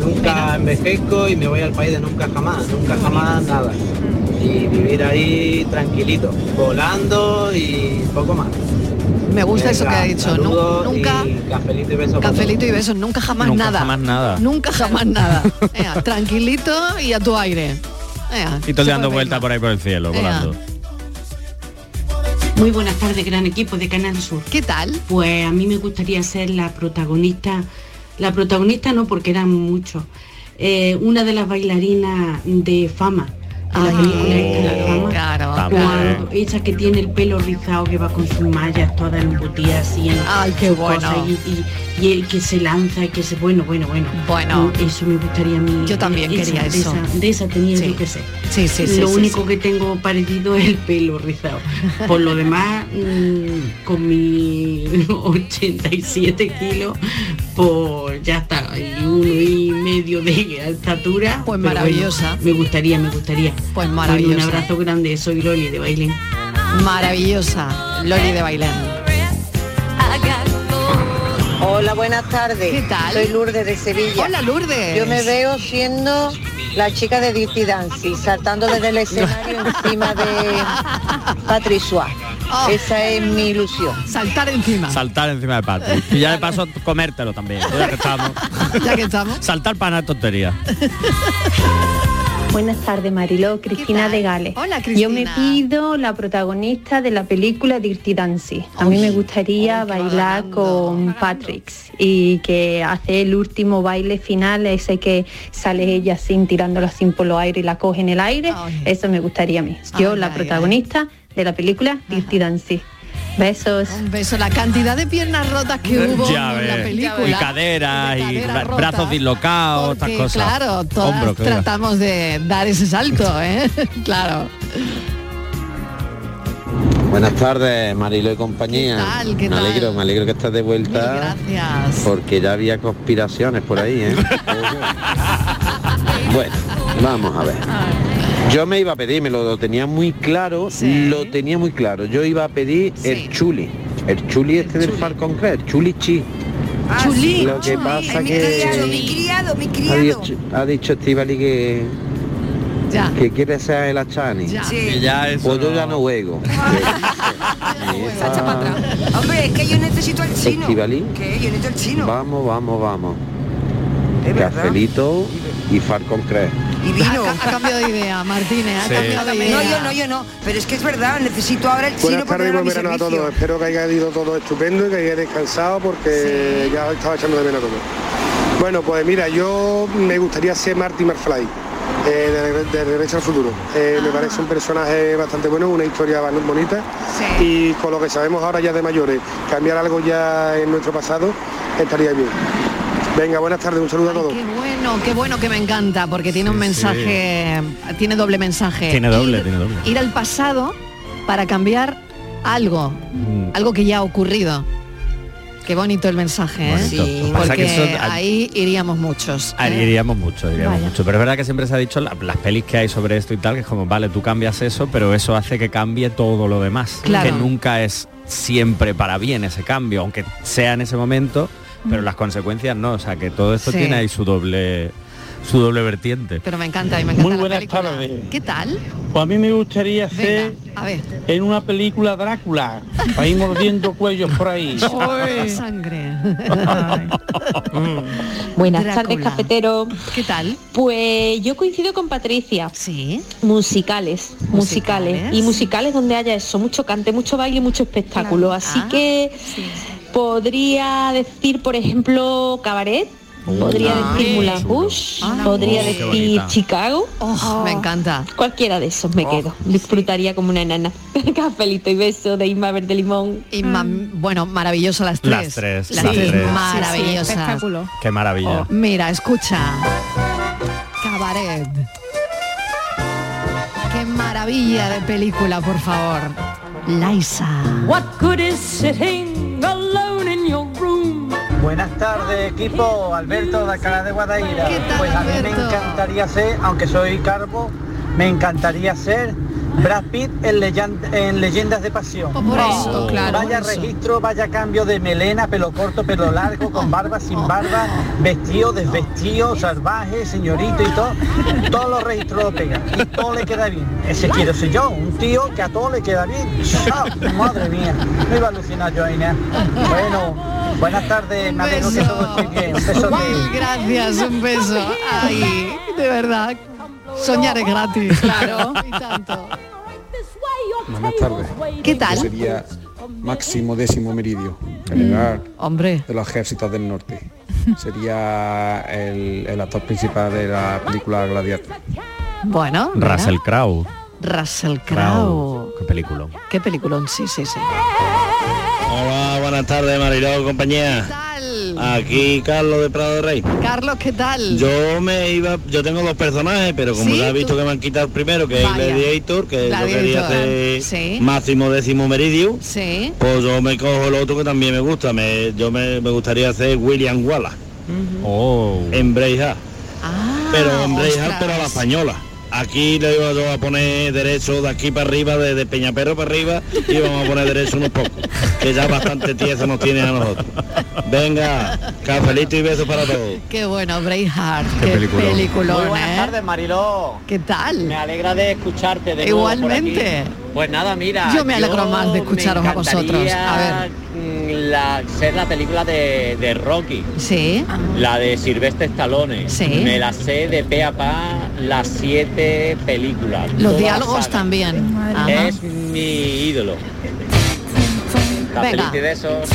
Nunca envejezco y me voy al país de nunca jamás, nunca jamás nada. Y vivir ahí tranquilito, volando y poco más.
Me gusta eso que
Venga,
ha dicho. Nu-
saludos
Nunca,
y cafelito y besos. para
cafelito y besos, nunca jamás
Nunca
nada.
jamás nada.
Nunca jamás nada. Ea, tranquilito y a tu aire. Ea,
y todo
se
dando
puede
vueltas por ahí por el cielo,
pues Venga.
volando.
Muy buenas tardes, gran equipo de Canal Sur.
¿Qué tal?
Pues a mí me gustaría ser la protagonista, la protagonista no porque eran muchos, eh, una de las bailarinas de fama. de la película esta
Oh,
de Fama.
También.
Cuando esa que tiene el pelo rizado que va con sus mallas todas embutidas así en
Ay, qué
sus
bueno.
cosas y, y- y el que se lanza y que se bueno bueno bueno
Bueno.
eso me gustaría a mí eh,
Yo también
Esa-
quería
de
eso.
esa- de esa tenía
Sí.
yo que ser
Sí, sí, sí,
lo
sí,
único
sí.
que tengo perdido es el pelo rizado. Por lo demás, mm, con mi 87 kilos, pues ya está, y uno y medio de estatura. Pues
maravillosa.
me gustaría, me gustaría.
Pues
Un
maravillosa.
abrazo grande, soy Loli de Bailén.
venir. Maravillosa, Loli de Bailén.
Hola, buenas tardes.
¿Qué tal?
Soy Lourdes de Sevilla.
Hola, Lourdes.
Yo me veo siendo la chica de Dirty Dancing, saltando desde el escenario encima de Patrick Suárez.
Ah,
Esa es mi ilusión.
Saltar encima.
Saltar encima de Patrick. Y ya de paso comértelo también. Ya que estamos.
Ya que estamos.
Saltar para una tontería.
Buenas tardes, Mariló. Cristina de Gales.
Hola,
Yo me pido la protagonista de la película Dirty Dancing. A mí me gustaría bailar con Patrick y que hace el último baile final, ese que sale ella sin tirándola sin por los aire y la coge en el aire. Eso me gustaría a mí. Yo, la protagonista de la película Dirty Dancing. Besos.
Un beso. La cantidad de piernas rotas que
Eh,
hubo
ya
en la
ves.
película.
Y caderas, y
cadera
bra-
rota,
brazos dislocados, estas
que,
cosas.
claro, todas
Hombro, claro.
tratamos de dar ese salto, ¿eh? claro.
Buenas tardes, Marilo y compañía.
tal? ¿Qué
me
tal?
alegro, me alegro que estés de vuelta
Gracias.
porque ya había conspiraciones por ahí, ¿eh? bueno, vamos a ver. Yo me iba a pedir, me lo tenía muy claro, lo tenía muy claro. Yo iba a pedir el chuli, el chuli este del Falcon Crest, el chuli chi.
Chuli.
Lo que pasa
mi
que
criado, mi criado, mi
ha
criado.
dicho, ha dicho Estivali que
ya.
que quiere ser el Achani.
Ya. Sí. Que ya
Pues yo ya no juego.
Hombre, es que yo necesito al chino.
Estivali.
¿Qué? Yo necesito al chino.
Vamos, vamos, vamos.
Es verdad.
Cafelito y Falcon Crest.
Ha, ha cambiado de idea, Martínez, ha
Sí.
cambiado de idea.
No, yo no, yo no. Pero es que es verdad, necesito ahora el chino
Buenas
para
tardes y
tener
buen
mi
verano a
servicio.
todos. Espero que haya ido todo estupendo y que hayáis descansado porque ya os estaba echando de menos a todos. Bueno, pues mira, yo me gustaría ser Marty McFly. eh, de, de Regreso al Futuro. Eh, Me parece un personaje bastante bueno, una historia ba- bonita y con lo que sabemos ahora ya de mayores, cambiar algo ya en nuestro pasado estaría bien. Venga, buenas tardes, un saludo a todos.
Qué bueno, qué bueno que me encanta, porque tiene un mensaje, tiene doble mensaje.
Tiene doble,
ir,
tiene doble.
Ir al pasado para cambiar algo,
Mm.
algo que ya ha ocurrido. Qué bonito el mensaje, ¿eh?
Bonito. Sí. Pasa
porque
que eso-
ahí iríamos muchos. ¿eh?
Ah, Iríamos mucho, iríamos
Vaya.
mucho. Pero es verdad que siempre se ha dicho la- las pelis que hay sobre esto y tal, que es como, vale, tú cambias eso, pero eso hace que cambie todo lo demás.
Claro.
Que nunca es siempre para bien ese cambio, aunque sea en ese momento, pero
Mm.
las consecuencias no. O sea que todo esto
Sí.
tiene ahí su doble su doble vertiente.
Pero me encanta, y me encanta.
Muy
la
buenas
película.
tardes.
¿Qué tal?
Pues a mí me gustaría ser
A ver.
en una película Drácula, ahí mordiendo cuellos por ahí.
Sangre.
Mm. Buenas tardes, cafetero.
¿Qué tal?
Pues yo coincido con Patricia.
Sí.
Musicales, musicales.
Musicales.
Y musicales donde haya eso, mucho cante, mucho baile y mucho espectáculo.
Claro.
Así
Ah,
que podría decir, por ejemplo, cabaret. Podría
Ah,
decir
qué
Moulin
chulo.
Rouge,
Ah,
podría
oh, qué
decir
bonita.
Chicago.
Oh, Me encanta. Oh,
Cualquiera de esos me quedo. Disfrutaría como una enana. Cafelito y beso de Inma Verde Limón.
Inma, bueno, maravillosa las tres.
Las tres,
Las
las
tres Oh.
tres.
maravillosas.
Sí, sí,
Qué maravilla.
Mira, escucha. Cabaret. Qué maravilla de película, por favor. Liza.
What good is sitting alone in your room?
Buenas tardes equipo, Alberto de Alcalá de Guadaira. Pues a mí me encantaría ser, aunque soy carbo, me encantaría ser Brad Pitt en, leyan- en Leyendas de Pasión.
por eso, claro,
Vaya
por eso.
registro, vaya cambio de melena, pelo corto, pelo largo, con barba, sin barba, vestido, desvestido, salvaje, señorito y todo. Todos los registros lo pegan y todo le queda bien. Ese quiero ser yo, un tío que a todo le queda bien. Ah, Madre mía, me iba a alucinar yo ahí, nena. Bueno, buenas tardes, me alegro que todo esté bien. Un beso
Mil gracias, un beso. Ay, de verdad. Soñar es gratis. Claro.
Buenas tardes.
¿Qué tal?
Yo sería máximo décimo meridio, general
Mm. hombre.
de los ejércitos del norte. Sería el, el actor principal de la película Gladiator.
Bueno, mira.
Russell Crowe.
Russell Crowe.
Qué película.
Qué peliculón, sí, sí, sí.
Hola, buenas tardes, Mariló, compañía. Aquí Carlos de Prado del Rey.
Carlos, ¿qué tal?
Yo me iba, yo tengo dos personajes, pero como
Sí,
ya he visto que me han quitado el primero, que es
Vaya.
Gladiator, que yo quería
Gladiator.
hacer
¿eh? Sí.
máximo décimo meridio,
Sí.
pues yo me cojo el otro que también me gusta, me, yo me, me gustaría hacer William Wallace. En Breija.
Ah,
pero
Ah,
en Breija, pero a la española. Aquí le iba yo a poner derecho de aquí para arriba, de, de Peñaperro para arriba, y vamos a poner derecho unos pocos, que ya bastante tieso nos tienen a nosotros. Venga, cafelito y besos para todos.
Qué bueno, Braveheart. Qué,
peliculón.
peliculón,
Muy buenas
¿eh?
tardes, Mariló.
¿Qué tal?
Me alegra de escucharte de nuevo por
Igualmente.
aquí. Pues nada, mira.
Yo me alegro más de
me
escucharos a vosotros. A
encantaría, mm,
la, ser la película de, de Rocky.
Sí.
La de Silvestre Stallone.
Sí.
Me la sé de pe a pa las siete películas.
Los
todas
diálogos
sagas.
también.
Eh,
Ajá.
Es mi ídolo.
Venga.
Cafelito y besos.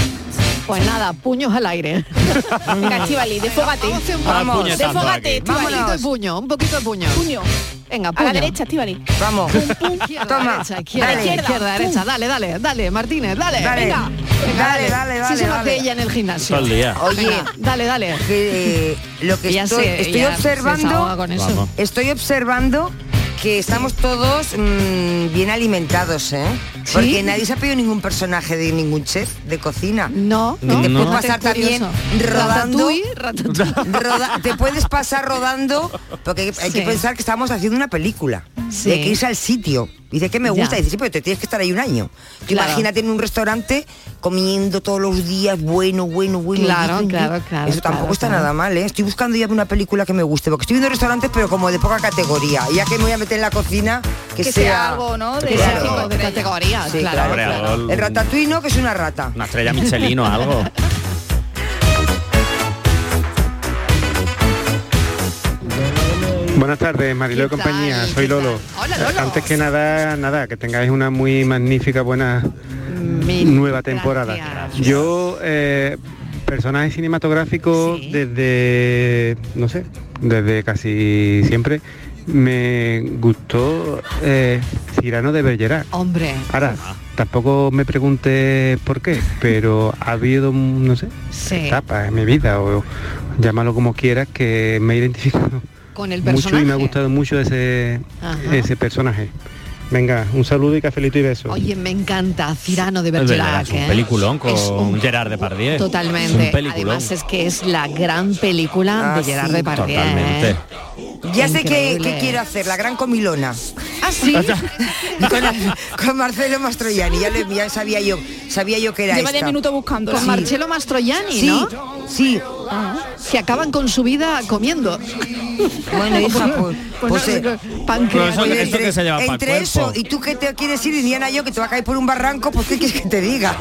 Pues nada, puños al aire.
Venga, Estivali, desfógate. Vamos,
Vamos,
puñetazo desfógate,
desfógate,
aquí. Estivali.
Un poquito de puño, un poquito de puño.
Puño.
Venga,
A
puño.
la derecha, Estivali.
Vamos.
Toma.
Derecha, izquierda,
A la izquierda.
izquierda, derecha.
Pum.
Dale, dale, dale, Martínez, dale.
Dale.
Venga. Venga,
Dale, dale,
Sí
dale,
se lo
dale.
hace ella en el gimnasio.
Todo el día.
Oye,
Venga, dale, dale.
que eh, lo que
Ya
estoy,
se-
estoy
ya se
observando
desahoga con eso. Vamos.
estoy observando que estamos todos mm, bien alimentados ¿eh?
¿Sí?
porque nadie se ha pedido ningún personaje de ningún chef de cocina
no,
te puedes
No.
pasar
Bastante
también
curioso.
rodando
Ratatouille,
roda- te puedes pasar rodando porque hay, hay que
Sí.
pensar que estamos haciendo una película
Sí.
y hay que irse al sitio dice que me gusta
Ya.
dice sí pero te tienes que estar ahí un año Tú
Claro.
imagínate en un restaurante comiendo todos los días bueno bueno bueno
Claro,
rico,
claro,
rico.
claro,
eso tampoco
claro,
está
claro.
nada mal ¿eh? estoy buscando ya una película que me guste porque estoy viendo restaurantes pero como de poca categoría ya que me voy a meter en la cocina que,
Que sea algo, ¿no? De ese tipo, de
categoría
sí, claro,
claro, claro.
claro. el ratatouille no que es una rata
Una estrella Michelin o algo.
Buenas tardes, Mariló y compañía, soy Lolo. Antes que nada, nada, que tengáis una muy magnífica, buena nueva temporada. Yo, eh, personaje cinematográfico desde, no sé, desde casi siempre, me gustó eh, Cirano de Bergerac.
Hombre.
Ahora, tampoco me pregunte por qué, pero ha habido, no sé,
Sí.
etapas en mi vida, o llámalo como quieras, que me he identificado
Con el
mucho
personaje.
y me ha gustado mucho ese,
Ajá.
ese personaje. Venga, un saludo y cafelito y beso.
Oye, me encanta Cirano de
Es
verdad,
Bergerac.
es un
¿eh?
peliculón con
Es un-
Gerard Depardieu.
Totalmente.
Es un peliculón.
Además es que es la gran película
Ah,
de Gerard
sí.
Depardieu. ¿eh?
Totalmente.
ya sé qué,
Increíble.
qué quiero hacer la gran comilona
ah sí
con, con Marcelo Mastroianni ya, lo- ya sabía yo sabía yo que era
Lleva 10
esta.
minutos buscando.
Con Marcelo Mastroianni,
Sí,
¿no?
Sí.
Ah. Que acaban con su vida comiendo.
Bueno, hija, pues- pues,
no,
eh,
páncreas.
Pero eso-
Oye,
eso que se lleva pa'l
entre
cuerpo.
eso y tú que te quieres ir Indiana yo que te va a caer por un barranco, pues qué quieres que te diga.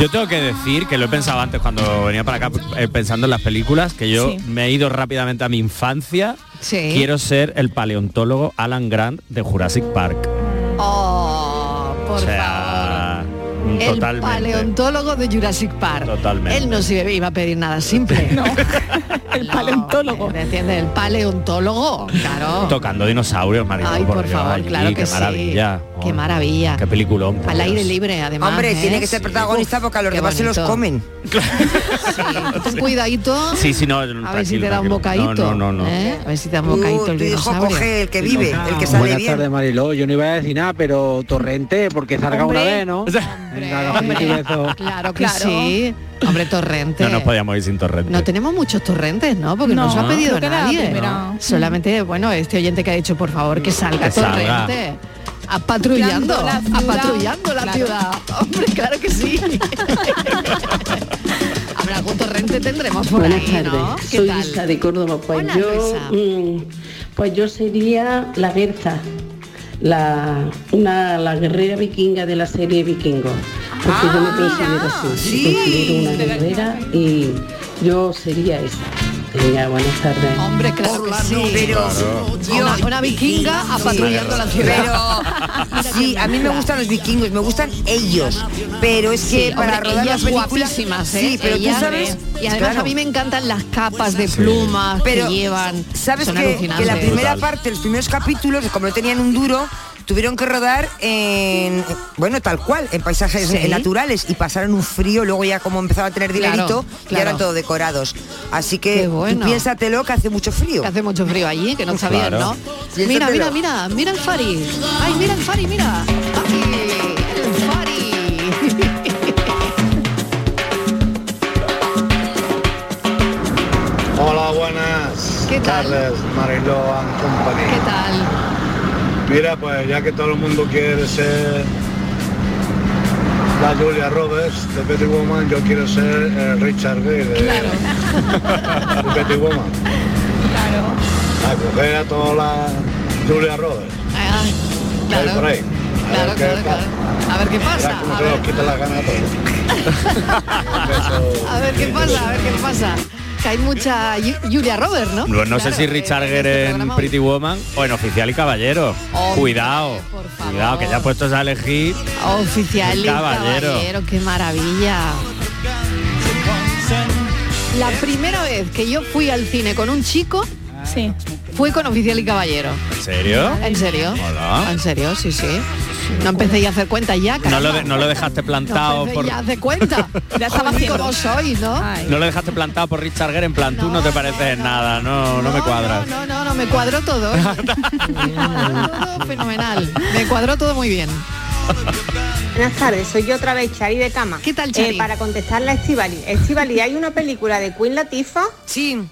Yo tengo que decir que lo he pensado antes cuando venía para acá eh, pensando en las películas, que yo
Sí.
me he ido rápidamente a mi infancia.
Sí.
Quiero ser el paleontólogo Alan Grant de Jurassic Park.
Oh, por
o sea,
El
totalmente.
paleontólogo de Jurassic Park.
Totalmente.
Él no se iba a pedir nada simple. el paleontólogo. ¿Me entiendes? El paleontólogo, claro.
Tocando dinosaurios, Mariló,
Ay, por
Dios,
favor,
allí,
claro que
qué
sí.
maravilla.
Qué maravilla.
Qué peliculón. por
Al
Dios.
aire libre, además.
Hombre,
¿eh?
tiene que ser
Sí.
protagonista porque a los
qué
demás se los
bonito.
comen.
Ten cuidadito.
Sí, sí, no,
A ver si
tranquilo,
te da un
tranquilo.
bocadito.
No, no, no, no.
¿eh? A ver si te da un bocadito el dinosaurio.
Buenas tardes, Mariló. Yo no iba a decir nada, pero Torrente, porque salga una
Hombre.
vez, ¿no? Venga,
Hombre.
cafelito y beso.
Claro que sí. Hombre, torrente.
No pues, nos podíamos ir sin torrente.
No tenemos muchos torrentes, ¿no? Porque no,
No,
nos ha pedido
creo que era la
nadie.
primera.
Solamente, bueno, este oyente que ha dicho, por favor, que salga
Que salga.
torrente. A patrullando,
Patrullando la
a
ciudad.
patrullando la
Claro.
ciudad. Hombre, claro que sí. Habrá algún torrente tendremos por
Buenas
ahí,
tardes,
¿no? ¿Qué
soy
tal?
Luisa de Córdoba. Pues
Hola,
yo, mm, pues yo sería la Berta, la, una, la guerrera vikinga de la serie Vikingo, porque yo
Ah,
me considero así, me considero una guerrera y yo sería esa. Venga, buenas tardes.
Hombre, claro que sí.
Pero
una, una vikinga a patrullando la
Oh,
ciudad.
Pero sí, a mí me gustan los vikingos, me gustan ellos. Pero es que
Sí,
para
hombre,
rodar
ellas
las películas.
guapísimas, ¿eh?
Sí, pero
Ellas,
tú sabes.
Y además
Claro.
a mí me encantan las capas de plumas
Pero,
que llevan.
Sabes
Son
que,
alucinantes.
que la primera parte, los primeros capítulos, como no tenían un duro, tuvieron que rodar en, bueno, tal cual, en paisajes
Sí.
naturales y pasaron un frío, luego ya como empezaba a tener
Claro,
dinerito, y
claro.
eran todo decorados. Así que
Qué bueno.
tú piénsatelo que hace mucho frío.
Hace mucho frío allí, que no está bien,
Claro.
¿no? Mira, mira,
Piénsatelo.
mira, mira el Fari. Ay, mira el Fari, mira. Ay, el Fari.
Hola, buenas
¿Qué tal?
tardes, Mariló and Company.
¿Qué tal?
Mira, pues ya que todo el mundo quiere ser la Julia Roberts de Betty Woman, yo quiero ser eh, Richard Gere de, de Betty Woman. Claro. A coger a toda la Julia Roberts.
Ah,
Ahí por ahí.
Claro, claro, claro. A ver qué pasa.
Verás cómo se nos quita las ganas a todos.
A ver qué pasa, a ver qué pasa. Que hay mucha Yu- Julia Roberts, ¿no?
No, no sé si Richard
este
Gere en Pretty Woman o en Oficial y Caballero.
Hombre,
cuidado, cuidado, que ya puestos a elegir.
Oficial y
Caballero.
caballero, qué maravilla. La primera vez que yo fui al cine con un chico, sí. fue con Oficial y Caballero.
¿En serio?
¿En serio?
Hola.
En serio, sí, sí. No empecé ya a hacer cuentas ya,
No
caramba.
lo, de- no lo dejaste plantado
Empecé
por.
ya a hacer cuenta. ya
estaba haciendo.
Como soy, ¿no?
No lo dejaste plantado por Richard Gere en plan, tú no te pareces en nada, no, no, me cuadras.
No, no, no, me cuadró todo. ¿eh? Me cuadró todo fenomenal. Me cuadró todo muy bien.
Buenas tardes, soy yo otra vez, Chari de Cama. ¿Qué tal,
Chari?
para contestarle a Estivali. Estivali, hay una película de Queen Latifah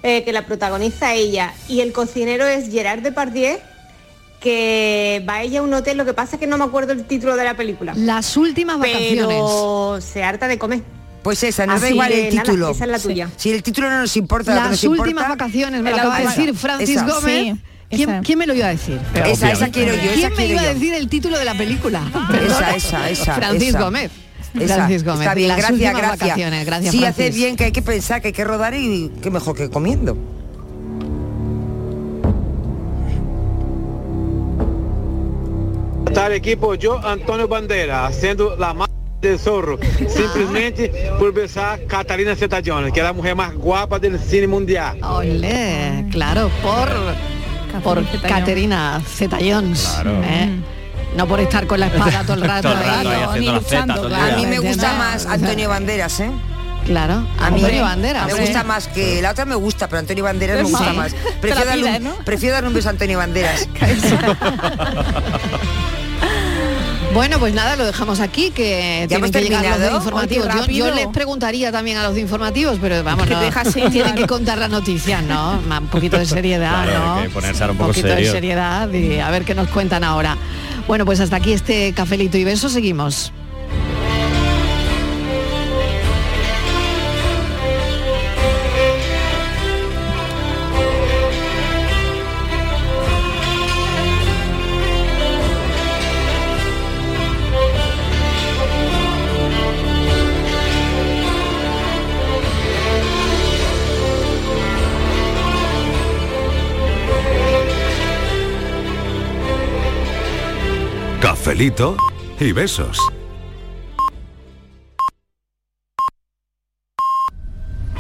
eh, que la protagoniza ella y el cocinero es Gerard Depardieu que va ella a un hotel, lo que pasa es que no me acuerdo el título de la película.
Las últimas
Pero
vacaciones.
se harta de comer.
Pues esa, nos da
Así
igual
que
el
nada,
título.
Ah, esa es la
Sí.
tuya.
Si el título no nos importa, lo que
Las
nos importa-
últimas vacaciones, me
es
lo
la
acaba de
última.
decir Francis
Esa.
Gómez. ¿Quién, quién me lo iba a decir?
Pero Esa, esa obviamente. quiero yo, esa
¿Quién me
quiero
iba a
yo.
decir el título de la película? Perdona.
Esa, esa, esa.
Francis
esa.
Gómez.
Esa.
Francis Gómez.
Está bien,
Las
gracias,
últimas
gracias.
vacaciones. Gracias,
sí,
Francis.
hace bien que hay que pensar, que hay que rodar y que mejor que comiendo.
Tal equipo, yo Antonio Bandera, haciendo la madre del zorro, simplemente por besar a Catalina zeta Jones, que es la mujer más guapa del cine mundial.
Olé, claro, por, por Caterina Zeta Jones.
Claro.
¿eh? No por estar con la espada todo el rato.
Todo el rato
¿no?
ahí haciendo
Ni
la zeta
luchando,
todo el
A
claro.
mí me gusta
¿Entiendes?
más Antonio Banderas, ¿eh?
Claro,
A mí
Antonio Banderas. ¿eh?
me
hombre.
gusta más que la otra me gusta, pero Antonio Banderas me
Sí.
gusta más.
Te la
Prefiero darle,
pide,
un,
¿no?
prefiero darle un beso a Antonio Banderas.
Bueno, pues nada, lo dejamos aquí, que tienen
hemos
que llegar los de
terminado?
informativos.
Ay, qué
Yo- Yo,
rápido.
les preguntaría también a los de informativos, pero vamos,
Que
no,
te deja así,
tienen
claro.
que contar las noticias, ¿no? Ma- Un poquito de seriedad,
Claro,
¿no?
hay que ponerse ahora un poco
poquito de
serio.
seriedad y a ver qué nos cuentan ahora. Bueno, pues hasta aquí este cafelito y beso, seguimos.
Cafelito y besos.